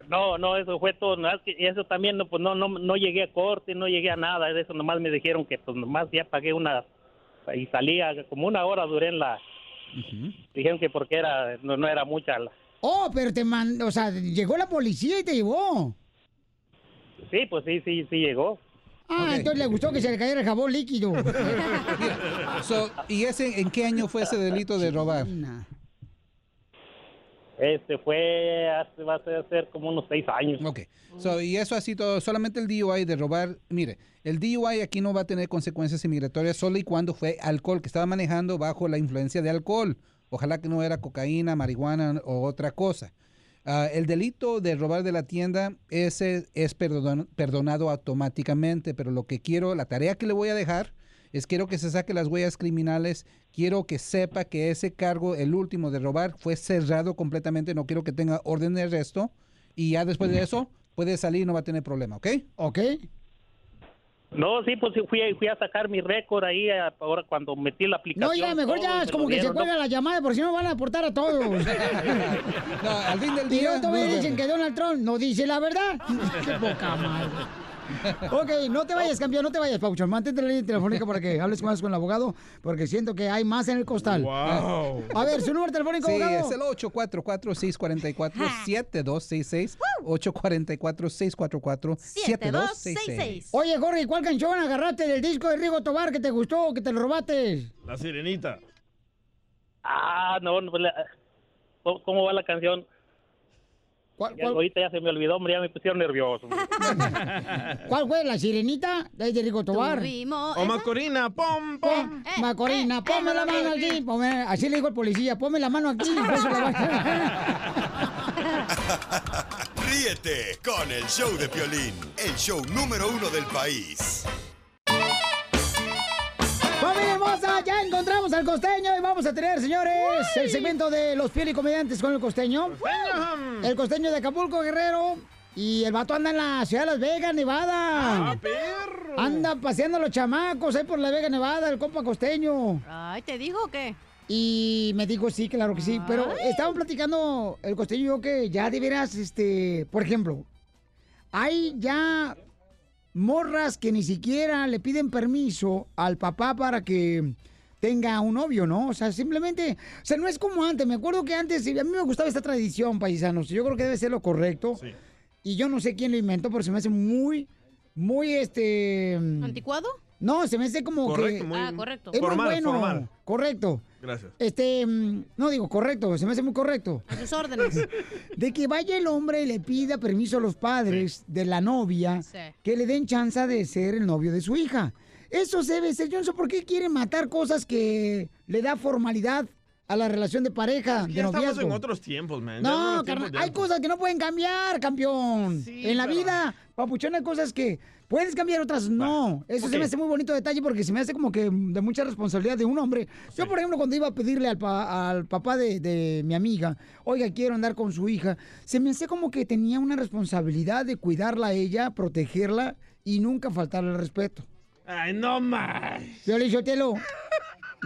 No, no, eso fue todo. no, es que eso también, no, pues no, no, no llegué a corte, no llegué a nada. De eso nomás me dijeron que, pues nomás ya pagué una. Y salía como una hora duré en la. Dijeron que porque era no, no era mucha la.
Oh, pero te mandó, o sea, llegó la policía y te llevó.
Sí, pues sí, sí, sí llegó.
Ah, entonces le gustó que se le cayera el jabón líquido.
So, ¿Y ese, en qué año fue ese delito de robar?
Este fue hace, va a ser- ser como unos seis años.
So, y eso así todo, solamente el DUI de robar. Mire, el DUI aquí no va a tener consecuencias inmigratorias solo y cuando fue alcohol, que estaba manejando bajo la influencia de alcohol. Ojalá que no era cocaína, marihuana o otra cosa. Ah, el delito de robar de la tienda, ese es perdon- perdonado automáticamente, pero lo que quiero, la tarea que le voy a dejar es quiero que se saque las huellas criminales, quiero que sepa que ese cargo, el último de robar, fue cerrado completamente, no quiero que tenga orden de arresto y ya después de eso puede salir, no va a tener problema, ¿ok?
Ok.
No, sí, pues sí, fui, fui a sacar mi récord ahí eh, ahora cuando metí la aplicación.
No, ya, mejor
todo,
ya,
y
es
me
como
lo
que se
dieron, ¿no?
cuelga la llamada, por si no van a aportar a todos.
al fin del
Y
día,
luego todavía
nos
dicen
vemos.
que Donald Trump no dice la verdad. Qué poca madre. Ok, no te vayas, campeón, no te vayas, Pauchón. Mantente en la línea telefónica para que hables más con el abogado, porque siento que hay más en el costal.
Wow.
A ver, su número telefónico,
Sí,
abogado.
es el 844-644-7266. 844-644-7266.
Oye, Jorge, ¿cuál canción agarraste del disco de Rigo Tobar que te gustó o que te lo robaste?
La sirenita.
Ah, no, no, pues, la- ¿cómo- ¿cómo va la canción? Ya-
cuál?
Ahorita ya se me olvidó, hombre, ya me pusieron nervioso.
¿Cuál fue? ¿La sirenita? De ahí de Rigo Tobar.
Tuvimos
O Macorina, pom, pom.
Eh, Macorina, ponme la mano aquí. ponme- así le digo al policía, ponme la mano aquí. por eso la baja.
Ríete con el show de Piolín, el show número uno del país.
¡Familia hermosa! Ya encontramos al costeño y vamos a tener, señores, el segmento de los fieles comediantes con el costeño. El costeño de Acapulco, Guerrero. Y el vato anda en la ciudad de Las Vegas, Nevada.
Ah, perro.
Anda paseando los chamacos ahí por Las Vegas, Nevada, el compa costeño.
Ay, ¿te digo o qué?
Y me dijo sí, claro que sí. Pero estaban platicando el costeño y yo que ya de veras, este, por ejemplo, hay ya morras que ni siquiera le piden permiso al papá para que tenga un novio, ¿no? O sea, simplemente, o sea, no es como antes. Me acuerdo que antes, y a mí me gustaba esta tradición, paisanos. Yo creo que debe ser lo correcto. Y yo no sé quién lo inventó, pero se me hace muy, muy, este...
¿Anticuado?
No, se me hace como
Correcto,
que...
muy- Ah, correcto.
Es muy
Formal,
bueno.
formal.
Correcto.
Gracias.
Este, mm, no digo correcto, se me hace muy correcto.
A sus órdenes.
De que vaya el hombre y le pida permiso a los padres de la novia
Sí.
que le den chance de ser el novio de su hija. Eso se debe ser. Yo no sé por qué quieren matar cosas que le da formalidad a la relación de pareja, de
Ya estamos en
noviazgo.
otros tiempos, man. Ya
No,
los tiempos
carnal,
de
hay
antes.
cosas que no pueden cambiar, campeón. en la
pero-
vida, papuchón, hay cosas que puedes cambiar, otras no. Eso se
ok.
me hace muy bonito detalle porque se me hace como que de mucha responsabilidad de un hombre. Yo, por ejemplo, cuando iba a pedirle al, pa- al papá de, de mi amiga, oiga, quiero andar con su hija, se me hace como que tenía una responsabilidad de cuidarla a ella, protegerla y nunca faltarle el respeto.
Ay, no más.
Yo le dije, Telo,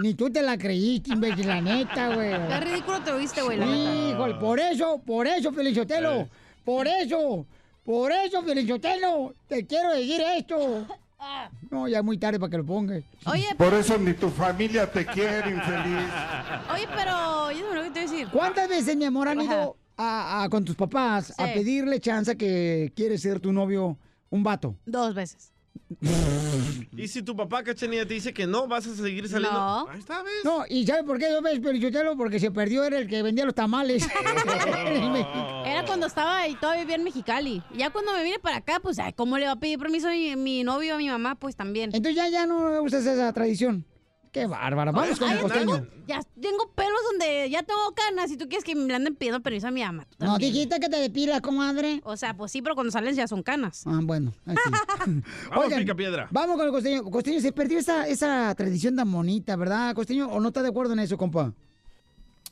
ni tú te la creíste, imbécil, la neta, güey.
Qué ridículo te oíste, güey, la neta.
Híjole, por eso, por eso,
Eh.
Felicitelo, por eso, por eso, Felicitelo, te quiero decir esto. No, ya es muy tarde para que lo pongas.
Oye,
Por eso ni tu familia te quiere, infeliz.
Oye, pero yo no sé lo que te voy a decir.
¿Cuántas veces, mi amor, han ido a- a- con tus papás a
Sí.
pedirle chance que quieres ser tu novio un vato?
Dos veces.
Y si tu papá cachanilla te dice que no, vas a seguir saliendo. Ay,
No, y ¿sabe por qué? Yo ves, Felicitelo, porque se perdió, era el que vendía los tamales.
Era cuando estaba y todavía vivía en Mexicali. Y ya cuando me vine para acá, pues, ay, ¿cómo le va a pedir permiso a mi, mi novio, a mi mamá? Pues también.
Entonces ya, ya no usas esa tradición. Qué bárbara. Vamos con
Ay,
el
ya tengo-
costeño.
Ya tengo pelos donde ya tengo canas y tú quieres que me anden pidiendo permiso a mi mamá.
No, dijiste que te depilas, comadre.
O sea, pues sí, pero cuando sales ya son canas.
Ah, bueno. así.
Vamos,
Oigan,
pica piedra.
Vamos con el costeño. Costeño, se perdió esa, esa tradición tan bonita, ¿verdad, costeño? ¿O no está de acuerdo en eso, compa?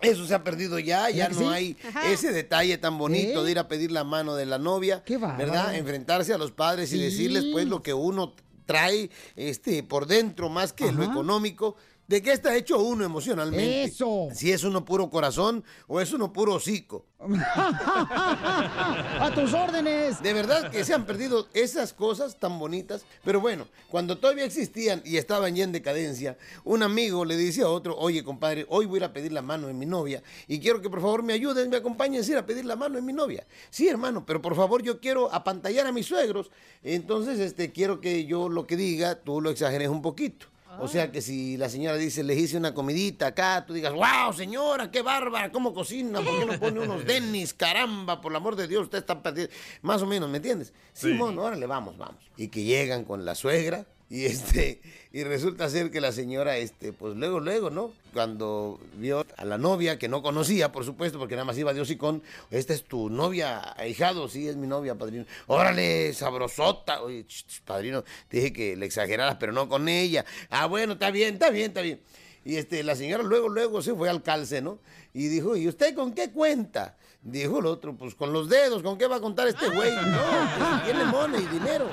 Eso se ha perdido ya, ya
¿Verdad
no
que sí?
hay
Ajá.
ese detalle tan bonito
¿Eh?
de ir a pedir la mano de la novia,
bárbaro.
¿verdad? Enfrentarse a los padres y decirles pues lo que uno trae este por dentro más que lo económico. ¿De qué está hecho uno emocionalmente?
Eso.
Si es uno puro corazón o es uno puro hocico.
¡A tus órdenes!
De verdad que se han perdido esas cosas tan bonitas. Pero bueno, cuando todavía existían y estaban ya en decadencia, un amigo le dice a otro, oye compadre, hoy voy a ir a pedir la mano de mi novia y quiero que por favor me ayuden, me acompañen a ir a pedir la mano de mi novia. Sí, hermano, pero por favor yo quiero apantallar a mis suegros. Entonces, este, quiero que yo lo que diga, tú lo exageres un poquito. O sea que si la señora dice, les hice una comidita acá, tú digas, wow, señora, qué bárbara, cómo cocina, por qué no pone unos denis, caramba, por el amor de Dios, usted está perdido. Más o menos, ¿me entiendes?
Sí.
Simón, órale, vamos, vamos. Y que llegan con la suegra y este, y resulta ser que la señora, este, pues luego, luego, ¿no? Cuando vio a la novia, que no conocía, por supuesto, porque nada más iba Dios y con, esta es tu novia, ahijado, sí, es mi novia, padrino. Órale, sabrosota. Oye, ch, ch, padrino, te dije que le exageraras, pero no con ella. Ah, bueno, está bien, está bien, está bien. Y este, la señora luego, luego se fue al calce, ¿no? Y dijo, ¿y usted con qué cuenta? Dijo el otro, pues con los dedos, ¿con qué va a contar este güey? No, pues, tiene money y dinero.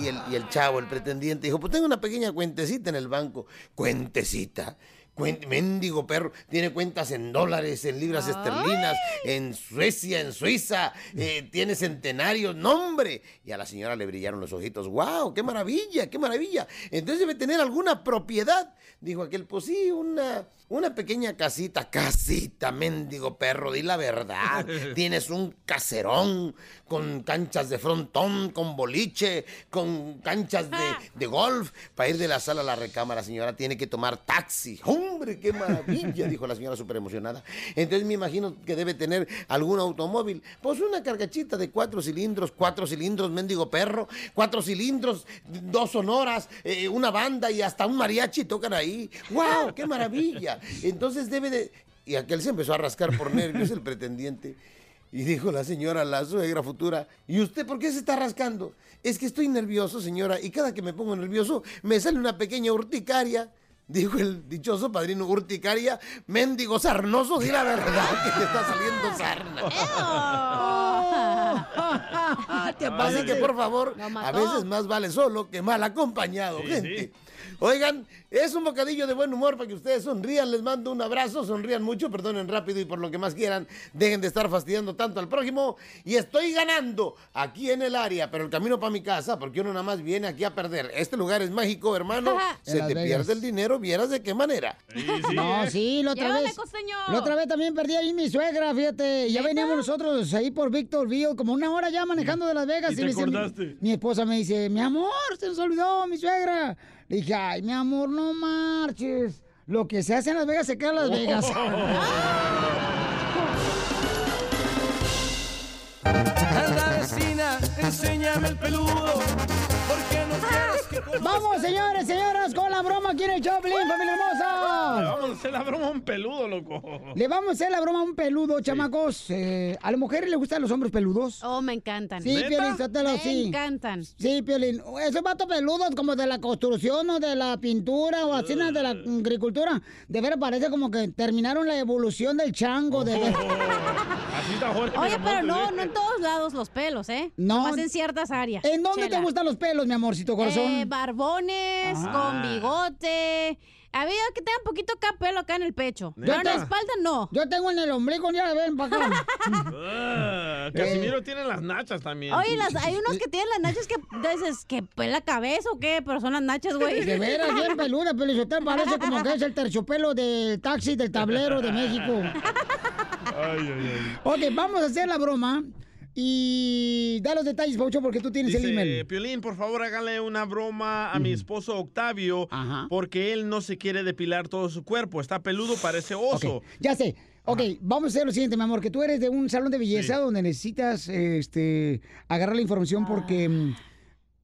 Y, y el, y el chavo, el pretendiente, dijo, pues tengo una pequeña cuentecita en el banco. Cuentecita. cuen- mendigo perro, tiene cuentas en dólares, en libras esterlinas, en Suecia, en Suiza, eh, tiene centenarios, nombre. Y a la señora le brillaron los ojitos. ¡Wow! ¡Qué maravilla! ¡Qué maravilla! Entonces debe tener alguna propiedad. Dijo aquel, pues sí, una, una pequeña casita, casita, mendigo perro, di la verdad. Tienes un caserón con canchas de frontón, con boliche, con canchas de, de golf. Para ir de la sala a la recámara, señora, tiene que tomar taxi. ¡Hombre, qué maravilla! Dijo la señora súper emocionada. Entonces me imagino que debe tener algún automóvil. Pues una cargachita de cuatro cilindros, cuatro cilindros, mendigo perro, cuatro cilindros, dos sonoras, eh, una banda y hasta un mariachi tocan ahí. ¡Wow! ¡Qué maravilla! Entonces debe de... Y aquel se empezó a rascar por nervios, el pretendiente. Y dijo la señora, la suegra futura, ¿y usted por qué se está rascando? Es que estoy nervioso, señora, y cada que me pongo nervioso me sale una pequeña urticaria. Dijo el dichoso padrino urticaria, mendigo sarnoso, di la verdad que le está saliendo sarna. Te pasa que por favor,
Lo mató.
a veces más vale solo que mal acompañado, gente. Oigan, es un bocadillo de buen humor para que ustedes sonrían. Les mando un abrazo, sonrían mucho, perdonen rápido y por lo que más quieran, dejen de estar fastidiando tanto al prójimo. Y estoy ganando aquí en el área, pero el camino para mi casa, porque uno nada más viene aquí a perder. Este lugar es mágico, hermano. Se
En Las
te
Vegas.
pierde el dinero, vieras de qué manera.
no, sí, la otra
Llévame,
vez.
costeño.
La otra vez también perdí ahí mi suegra, fíjate. Ya veníamos nosotros ahí por Victorville, como una hora ya manejando de Las Vegas.
¿Y te
me dice mi-
acordaste?
mi esposa me dice, mi amor, se nos olvidó mi suegra. Le dije, ay, mi amor, no marches. Lo que se hace en Las Vegas se queda en
Oh.
Las Vegas. Ah.
Anda vecina, enséñame el peludo, porque no quieres que
Vamos, señores, señoras, con la broma aquí en el Choplin, familia
Le
hermosa.
vamos a hacer la broma a un peludo, loco.
Le vamos a hacer la broma a un peludo, chamacos. Eh, ¿A las mujeres les gustan los hombres peludos?
Oh, me encantan.
Sí, Piolín, Sotelo,
Me
sí.
encantan.
Sí, Piolín. Esos vatos peludos como de la construcción o de la pintura o así ¿no? de la agricultura. De ver, parece como que terminaron la evolución del chango.
Oh,
De ver.
Así está Jorge
Oye,
Miramontes,
pero no,
¿eh?
no en todos lados los pelos, ¿eh?
No.
Más en ciertas áreas.
¿En dónde
Chela.
te gustan los pelos, mi amorcito corazón?
Eh, barbones,
Ah.
con bigote. Había que tengan poquito acá pelo acá en el pecho.
¿Neta?
Pero en la espalda no.
Yo tengo en el ombligo, ya ven, para acá.
Ah, Casimiro tiene las nachas también.
Eh. Oye, las, hay unos que tienen las nachas que dices que pues la cabeza o qué, pero son las nachas, güey.
De veras, bien peluda, pero eso te parece como que es el terciopelo del taxi del tablero de México. Ok, vamos a hacer la broma y da los detalles, Paucho, porque tú tienes el
Dice,
email.
Piolín, por favor, hágale una broma a mi esposo Octavio porque él no se quiere depilar todo su cuerpo. Está peludo, parece oso.
Ya sé. Ok, vamos a hacer lo siguiente, mi amor, que tú eres de un salón de belleza donde necesitas este, agarrar la información
Ah.
porque mm,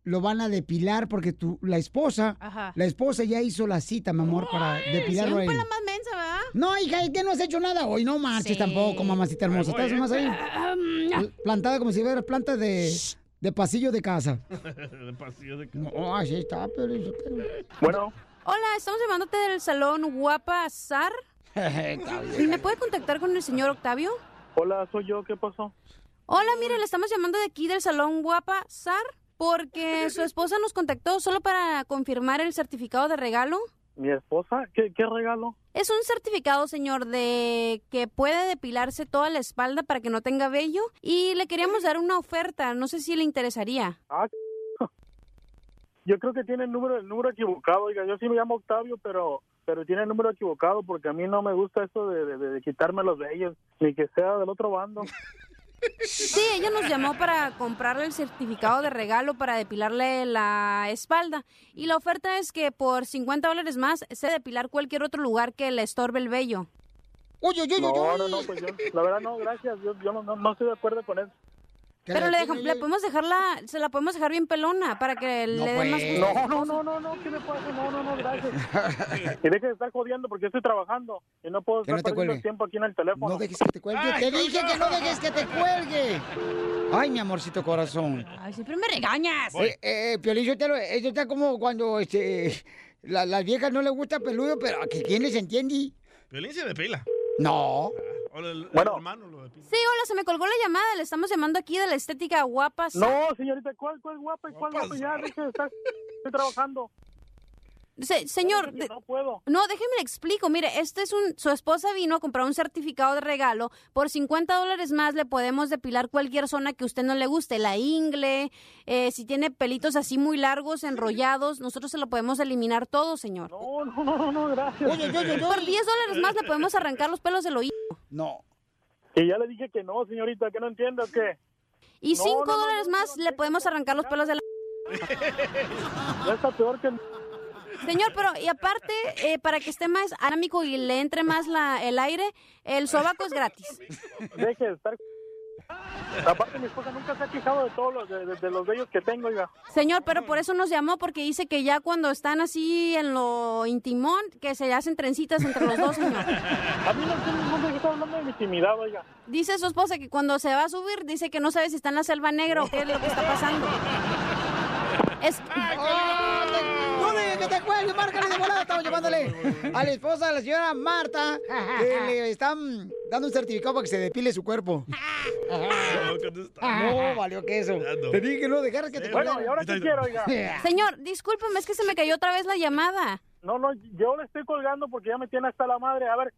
lo van a depilar porque tu, la esposa,
Ajá.
la esposa ya hizo la cita, mi amor, para depilarlo a
Siempre
él.
la más mensa, ¿verdad?
No, hija, es que no has hecho nada hoy, no marches
Sí. ¿eh?
tampoco, mamacita hermosa. Estás
Oye.
más ahí plantada como si fuera planta de, de pasillo de casa.
El pasillo de-
No, así está, pero...
Bueno.
Hola, estamos llamándote del salón Guapa Zar. ¿Me puede contactar con el señor Octavio?
Hola, soy yo, ¿qué pasó?
Hola, mire, le estamos llamando de aquí del salón Guapa Zar porque su esposa nos contactó solo para confirmar el certificado de regalo.
¿Mi esposa? ¿Qué, qué regalo?
Es un certificado, señor, de que puede depilarse toda la espalda para que no tenga vello y le queríamos dar una oferta, no sé si le interesaría.
Ah, c- yo creo que tiene el número, el número equivocado. Oiga, yo sí me llamo Octavio, pero pero tiene el número equivocado porque a mí no me gusta eso de, de- de- de quitarme los bellos, ni que sea del otro bando.
Sí, ella nos llamó para comprarle el certificado de regalo para depilarle la espalda. Y la oferta es que por 50 dólares más se depilar cualquier otro lugar que le estorbe el vello.
Oye, oye,
no, no, no, pues yo, la verdad no, gracias. Yo, yo no, no, no estoy de acuerdo con eso.
Pero le, deja- le podemos dejarla, se la podemos dejar bien pelona para que le dé más gusto.
No, no, no, no, no, ¿qué me pasa? No, no, no, gracias. Y deje de estar jodiendo porque yo estoy trabajando y no puedo
Que
estar
no te
perdiendo
cuelgue.
el tiempo aquí en el teléfono.
No dejes que te cuelgue. te dije que no dejes que te cuelgue. Ay, mi amorcito corazón.
Ay, siempre me regañas.
Eh, eh, Piolín, yo te lo- eso está como cuando este, la- las viejas no les gusta peludo, pero ¿a que quién les entiende?
Piolín se depila.
No.
O Ah, el- el
Bueno.
hermano lo depila.
Sí, hola, se me colgó la llamada, le estamos llamando aquí de la estética guapa.
No, señorita, ¿cuál, cuál guapa y cuál guapa? Ya, deje de estar, estoy trabajando.
Se- señor, de- no, déjeme le explico. Mire, este es un, su esposa vino a comprar un certificado de regalo. Por 50 dólares más le podemos depilar cualquier zona que usted no le guste, la ingle, eh, si tiene pelitos así muy largos, enrollados, nosotros se lo podemos eliminar todo, señor. No, no, no, no, gracias.
Oye, yo, yo, yo.
Por 10 dólares más le podemos arrancar los pelos del oído.
No.
Que ya le dije que no, señorita, que no entiendo que.
Y
No,
5
no, no,
dólares más le podemos arrancar los pelos de la...
Ya está peor que.
Señor, pero y aparte, eh, para que esté más anámico y le entre más la, el aire, el sobaco es gratis.
Deje de estar. Aparte, mi esposa nunca se ha quejado de todos los, de, de- de los bellos que tengo, oiga.
Señor, pero por eso nos llamó, porque dice que ya cuando están así en lo intimón, que se hacen trencitas entre los dos, señor.
A mí no tiene ningún que está hablando de mi intimidad, oiga.
Dice su esposa que cuando se va a subir, dice que no sabe si está en la selva negra o qué es lo que está pasando. Es...
¡No dejes que te cuelgue! ¡Márcale de volada! Estamos llamándole a la esposa de la señora Marta que le están dando un certificado para que se depile su cuerpo. Ah, No, valió queso. Te dije que no dejaras que te
Bueno, ¿y ahora qué quiero, oiga?
Señor, discúlpeme, es que se me cayó otra vez la llamada.
No, no, yo le estoy colgando porque ya me tiene hasta la madre. A ver,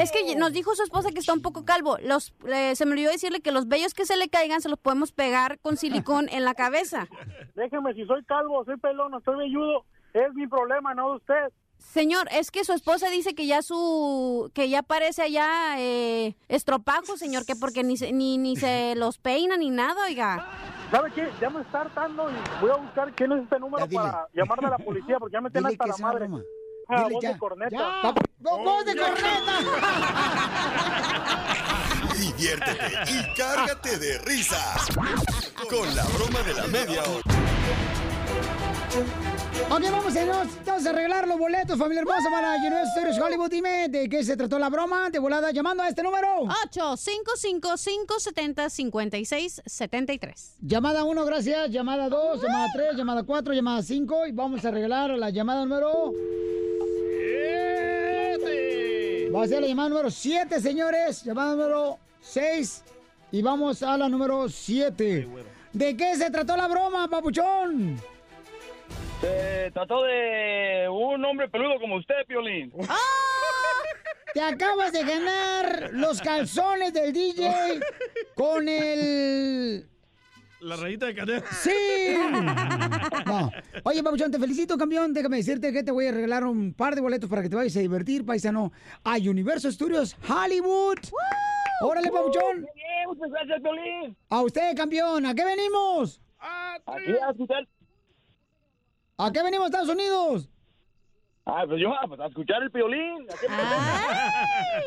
Es que nos dijo su esposa que está un poco calvo. Los, eh, se me olvidó decirle que los vellos que se le caigan se los podemos pegar con silicón en la cabeza.
déjeme, si soy calvo, soy pelón, o soy velludo, es mi problema, no de usted.
Señor, es que su esposa dice que ya su que ya parece allá eh, estropajo, señor, que porque ni se, ni, ni se los peina ni nada, oiga.
¿Sabe qué? Ya me está hartando y voy a buscar quién es este número para llamarme a la policía porque ya me tiene
Dile
hasta
que
la
es una
madre.
broma.
Ah,
Dile
voz
ya.
de corneta.
Ya. Papu- ¡No, voz de corneta!
Diviértete y cárgate de risas con la broma de la media hora.
Ok, vamos, señores. Vamos a arreglar los boletos, familia hermosa, para Universal Studios Hollywood. Dime de qué se trató la broma de volada llamando a este número.
855-570-5673.
Llamada 1, gracias. Llamada 2, llamada 3, llamada 4, llamada 5. Y vamos a arreglar la llamada número. Va a ser la llamada número 7, señores. Llamada número 6. Y vamos a la número 7. ¿De qué se trató la broma, papuchón?
Se trató de un hombre peludo como usted, Piolín.
Te acabas de ganar los calzones del DJ con el.
La rayita de cadena.
¡Sí! No. Oye, Papuchón, te felicito, campeón. Déjame decirte que te voy a regalar un par de boletos para que te vayas a divertir, paisano, a Universo Studios Hollywood. ¡Órale, Papuchón!
Muchas gracias, Piolín.
A usted, campeón. ¿A qué venimos?
Aquí a escuchar.
¿A qué venimos, Estados Unidos?
Ah, pues yo, ah, pues a escuchar el Piolín. ¿A qué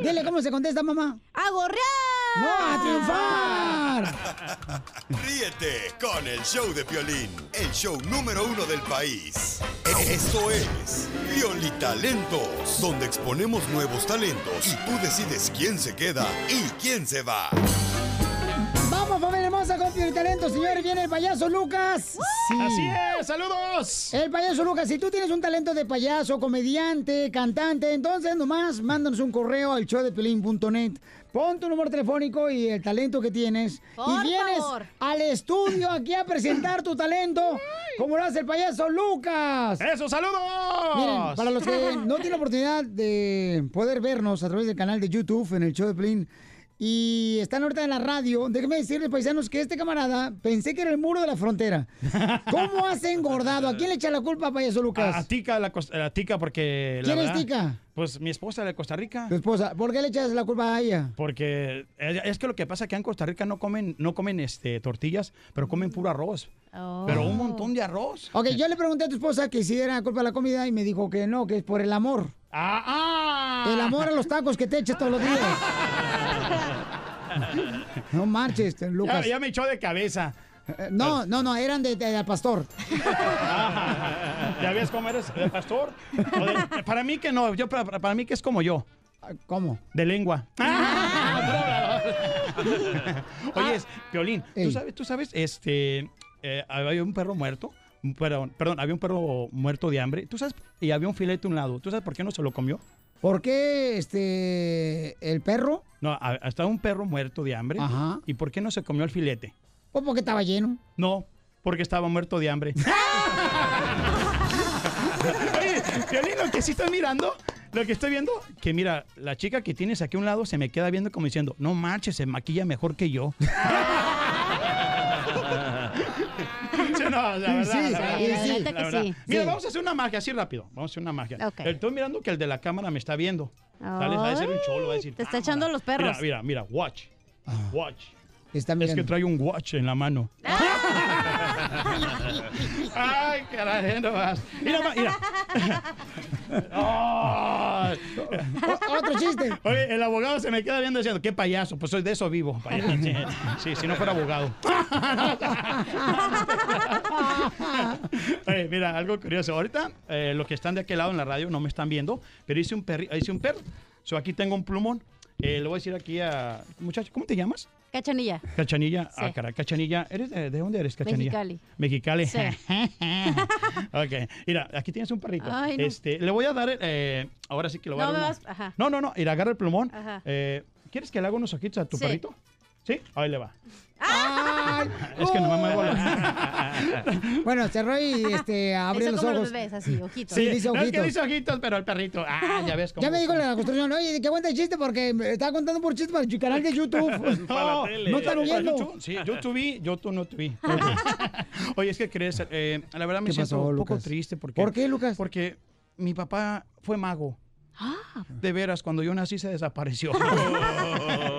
me-
Dile cómo se contesta, mamá.
¡A gorrear!
¡No, a triunfar!
Ríete con el show de Piolín, el show número uno del país. Esto es Piolitalentos, donde exponemos nuevos talentos y tú decides quién se queda y quién se va.
Vamos, familia hermosa, con Piolín talento, señores. Viene el payaso Lucas. Así es, saludos. El payaso Lucas, si tú tienes un talento de payaso, comediante, cantante, entonces nomás mándanos un correo al show de piolín.net. Pon tu número telefónico y el talento que tienes.
Por
y vienes
favor.
al estudio aquí a presentar tu talento, como lo hace el payaso Lucas.
¡Eso, saludos!
Miren, para los que no tienen la oportunidad de poder vernos a través del canal de YouTube en el show de Plin y están ahorita en la radio, déjenme decirles, paisanos, que este camarada pensé que era el muro de la frontera. ¿Cómo has engordado? ¿A quién le echa la culpa, payaso Lucas?
A, a Tica, la, cos- a Tica, porque. la
¿Quién es
verdad,
Tica?
Pues mi esposa de Costa Rica.
Tu esposa, ¿por qué le echas la culpa a ella?
Porque ella- es que lo que pasa es que en Costa Rica no comen, no comen este, tortillas, pero comen puro arroz. Pero un montón de arroz.
Ok, yo le pregunté a tu esposa que si era la culpa de la comida y me dijo que no, que es por el amor.
¡Ah, ah!
El amor a los tacos que te echas todos los días. No marches, Lucas.
Ya, ya me echó de cabeza.
Eh, No, no, no, eran de, de- del pastor.
¿Ya ves cómo eres? ¿De pastor? O de- para mí que no, yo, para, para mí que es como yo.
¿Cómo?
De lengua. Oye, es- Piolín, ¿tú sabes, tú sabes, este, eh, había un perro muerto, un- perdón, perdón, había un perro muerto de hambre, tú sabes, y había un filete a un lado, ¿tú sabes por qué no se lo comió?
¿Por qué este el perro?
No, a- estaba un perro muerto de hambre, ¿y por qué no se comió el filete?
Pues porque estaba lleno.
No, porque estaba muerto de hambre. Oye, Piolín, lo que sí estás mirando, lo que estoy viendo, que mira, la chica que tienes aquí a un lado se me queda viendo como diciendo, no manches, se maquilla mejor que yo. Sí, no, la verdad,
Sí,
la verdad, la
sí, sí.
verdad.
La neta que sí.
Mira,
Sí.
vamos a hacer una magia así rápido. Vamos a hacer una magia.
Ok.
Estoy mirando que el de la cámara me está viendo. Sale, va a ser un cholo, va a decir.
Te está echando los perros. Ah.
Mira, mira, mira, watch. Watch. Es mirando. que trae un watch en la mano. Ay, caray, no más. Mira, ma- mira. Ay.
Ah. Otro chiste.
Oye, el abogado se me queda viendo diciendo, qué payaso, pues soy de eso vivo. payaso. Sí, Ah. sí, si no fuera abogado. Oye, Eh, mira, algo curioso. Ahorita, eh, los que están de aquel lado en la radio no me están viendo, pero hice un perro. Hice un perro. So, aquí tengo un plumón. Eh, le voy a decir aquí a. Muchacho, ¿cómo te llamas?
Cachanilla.
Cachanilla.
Sí.
Ah, caray, Cachanilla. ¿Eres de, de dónde eres, Cachanilla? Mexicali.
Mexicali. Sí.
ok. Mira, aquí tienes un perrito.
Ay, no.
Este, le voy a dar. eh, ahora sí que le voy a
No
dar.
me
una-
vas. Ajá.
No, no, no. Mira, agarra el plumón.
Ajá.
Eh, ¿Quieres que le haga unos ojitos a tu
Sí.
perrito? Sí. Ahí le va.
¡Ay!
Es que no me
Oh.
muevo
Bueno, cerró y este, abrió
Eso
los
como
ojos.
los bebés, así, ojitos.
Sí, dice
no es que
ojitos.
dice ojitos, pero el perrito. Ah, ya ves cómo.
Ya me dijo la construcción, oye, que aguanta el chiste porque me estaba contando por chiste para el canal de YouTube.
No,
no están viendo.
YouTube, Sí, pues, yo tuve, yo tú no tuve. Oye, es que crees, eh, la verdad me
¿Qué
siento
pasó,
un poco
Lucas?
triste porque.
¿Por qué, Lucas?
Porque mi papá fue mago. De veras, cuando yo nací se desapareció.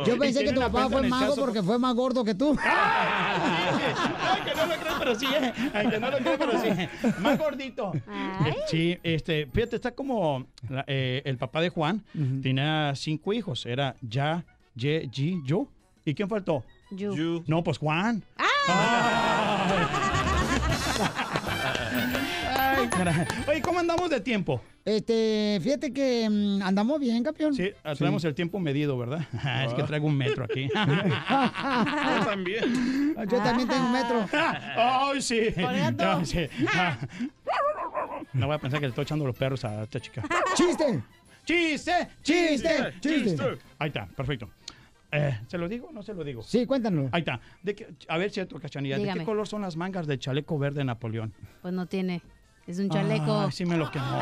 Yo
Y
pensé que
tiene
tu
una cuenta
papá fue
en el
mago
Chazo.
porque fue más gordo que tú.
Ay, que no lo creo, pero sí, eh. Ay, que no lo creo, pero sí. Más gordito. Eh, Sí, este, fíjate, está como la- eh, el papá de Juan tenía cinco hijos. Era ya, ye, Ji, yo. ¿Y quién faltó?
Yu.
No, pues Juan.
Ah.
Ay, caray. Oye, ¿cómo andamos de tiempo?
Este, fíjate que mm, andamos bien, campeón.
Sí, Ah, Traemos el tiempo medido, ¿verdad? Ah, es
Ah.
que traigo un metro aquí.
Yo
también.
Yo también tengo un metro.
¡Ay, sí! No, sí. No. No voy a pensar que le estoy echando los perros a esta chica.
¡Chiste!
¡Chiste!
¡Chiste! ¡Chiste!
Ahí está, perfecto. Eh, ¿Se lo digo o no se lo digo?
Sí, cuéntanos.
Ahí está. ¿De qué- a ver, cierto, Cachanilla, ¿de
Dígame.
qué color son las mangas del chaleco verde Napoleón?
Pues no tiene. Es
Ah.
un chaleco.
Ay, sí me lo quemó.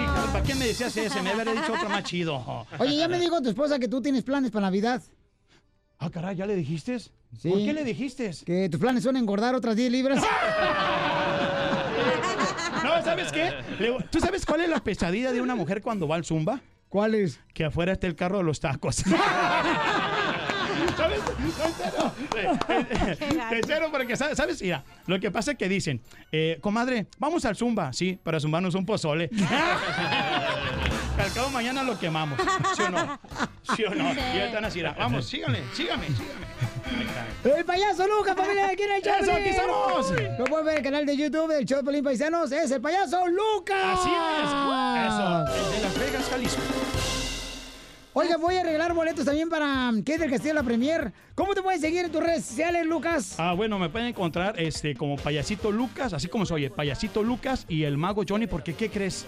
Híjole, ¿Para qué me decías ese? Me hubiera dicho otro más chido.
Oye, ya me dijo tu esposa que tú tienes planes para Navidad.
Ah, caray, ¿ya le dijiste? ¿Por qué le dijiste?
Que tus planes son engordar otras 10 libras.
No, ¿sabes qué? Le- ¿Tú sabes cuál es la pesadilla de una mujer cuando va al zumba?
¿Cuál es?
Que afuera está el carro de los tacos. ¿Sabes? Te cero porque, sa- ¿sabes? Mira, lo que pasa es que dicen, eh, comadre, vamos al zumba, sí, para zumbarnos un pozole. al cabo mañana lo quemamos, ¿sí o no? ¿Sí o no?
Sí.
Y están así, mira, "Ah, vamos, síganle, síganme, síganme.
¡El payaso Lucas, familia! ¿Quién es el
¡Eso, aquí estamos!
Lo pueden ver en el canal de YouTube del show de Pelín Paisanos. ¡Es el payaso Lucas!
Así
Ah.
es. Eso, desde Las Vegas, Jalisco.
Oiga, voy a regalar boletos también para um, ¿Qué es del Castillo de la Premier? ¿Cómo te pueden seguir en tus redes sociales, Lucas?
Ah, bueno, me pueden encontrar este como Payasito Lucas, así como soy, el Payasito Lucas y el mago Johnny, porque ¿qué crees?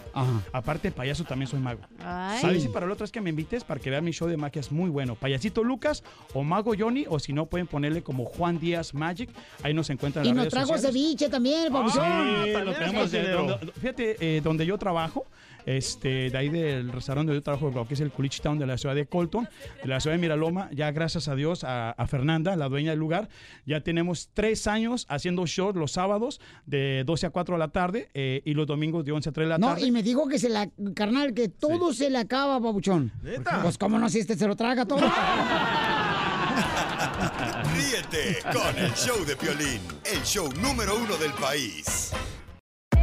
Aparte de payaso también soy mago.
Ay.
¿Sabes? Y para el otro es que me invites para que vean mi show de magia, es muy bueno. Payasito Lucas o Mago Johnny, o si no, pueden ponerle como Juan Díaz Magic. Ahí nos encuentran
Y
en
nos
las redes
trajo
sociales. Ah,
ceviche también, papuchón.
Sí, lo tenemos de- donde- fíjate, eh, donde yo trabajo, este, de ahí del restaurante donde yo trabajo, lo que es el Culich Town de la ciudad de Colton, de la ciudad de Miraloma, ya gracias a Dios, a, a Fernanda, la dueña del lugar, ya tenemos tres años haciendo shows los sábados de 12 a 4 de la tarde eh, y los domingos de 11 a 3 de la
No,
tarde.
y me dijo que se la, carnal, que todo se le acaba, papuchón.
¿Neta? ¡Ah!
Pues cómo no, si este se lo traga todo.
Ríete con el show de Piolín, el show número uno del país.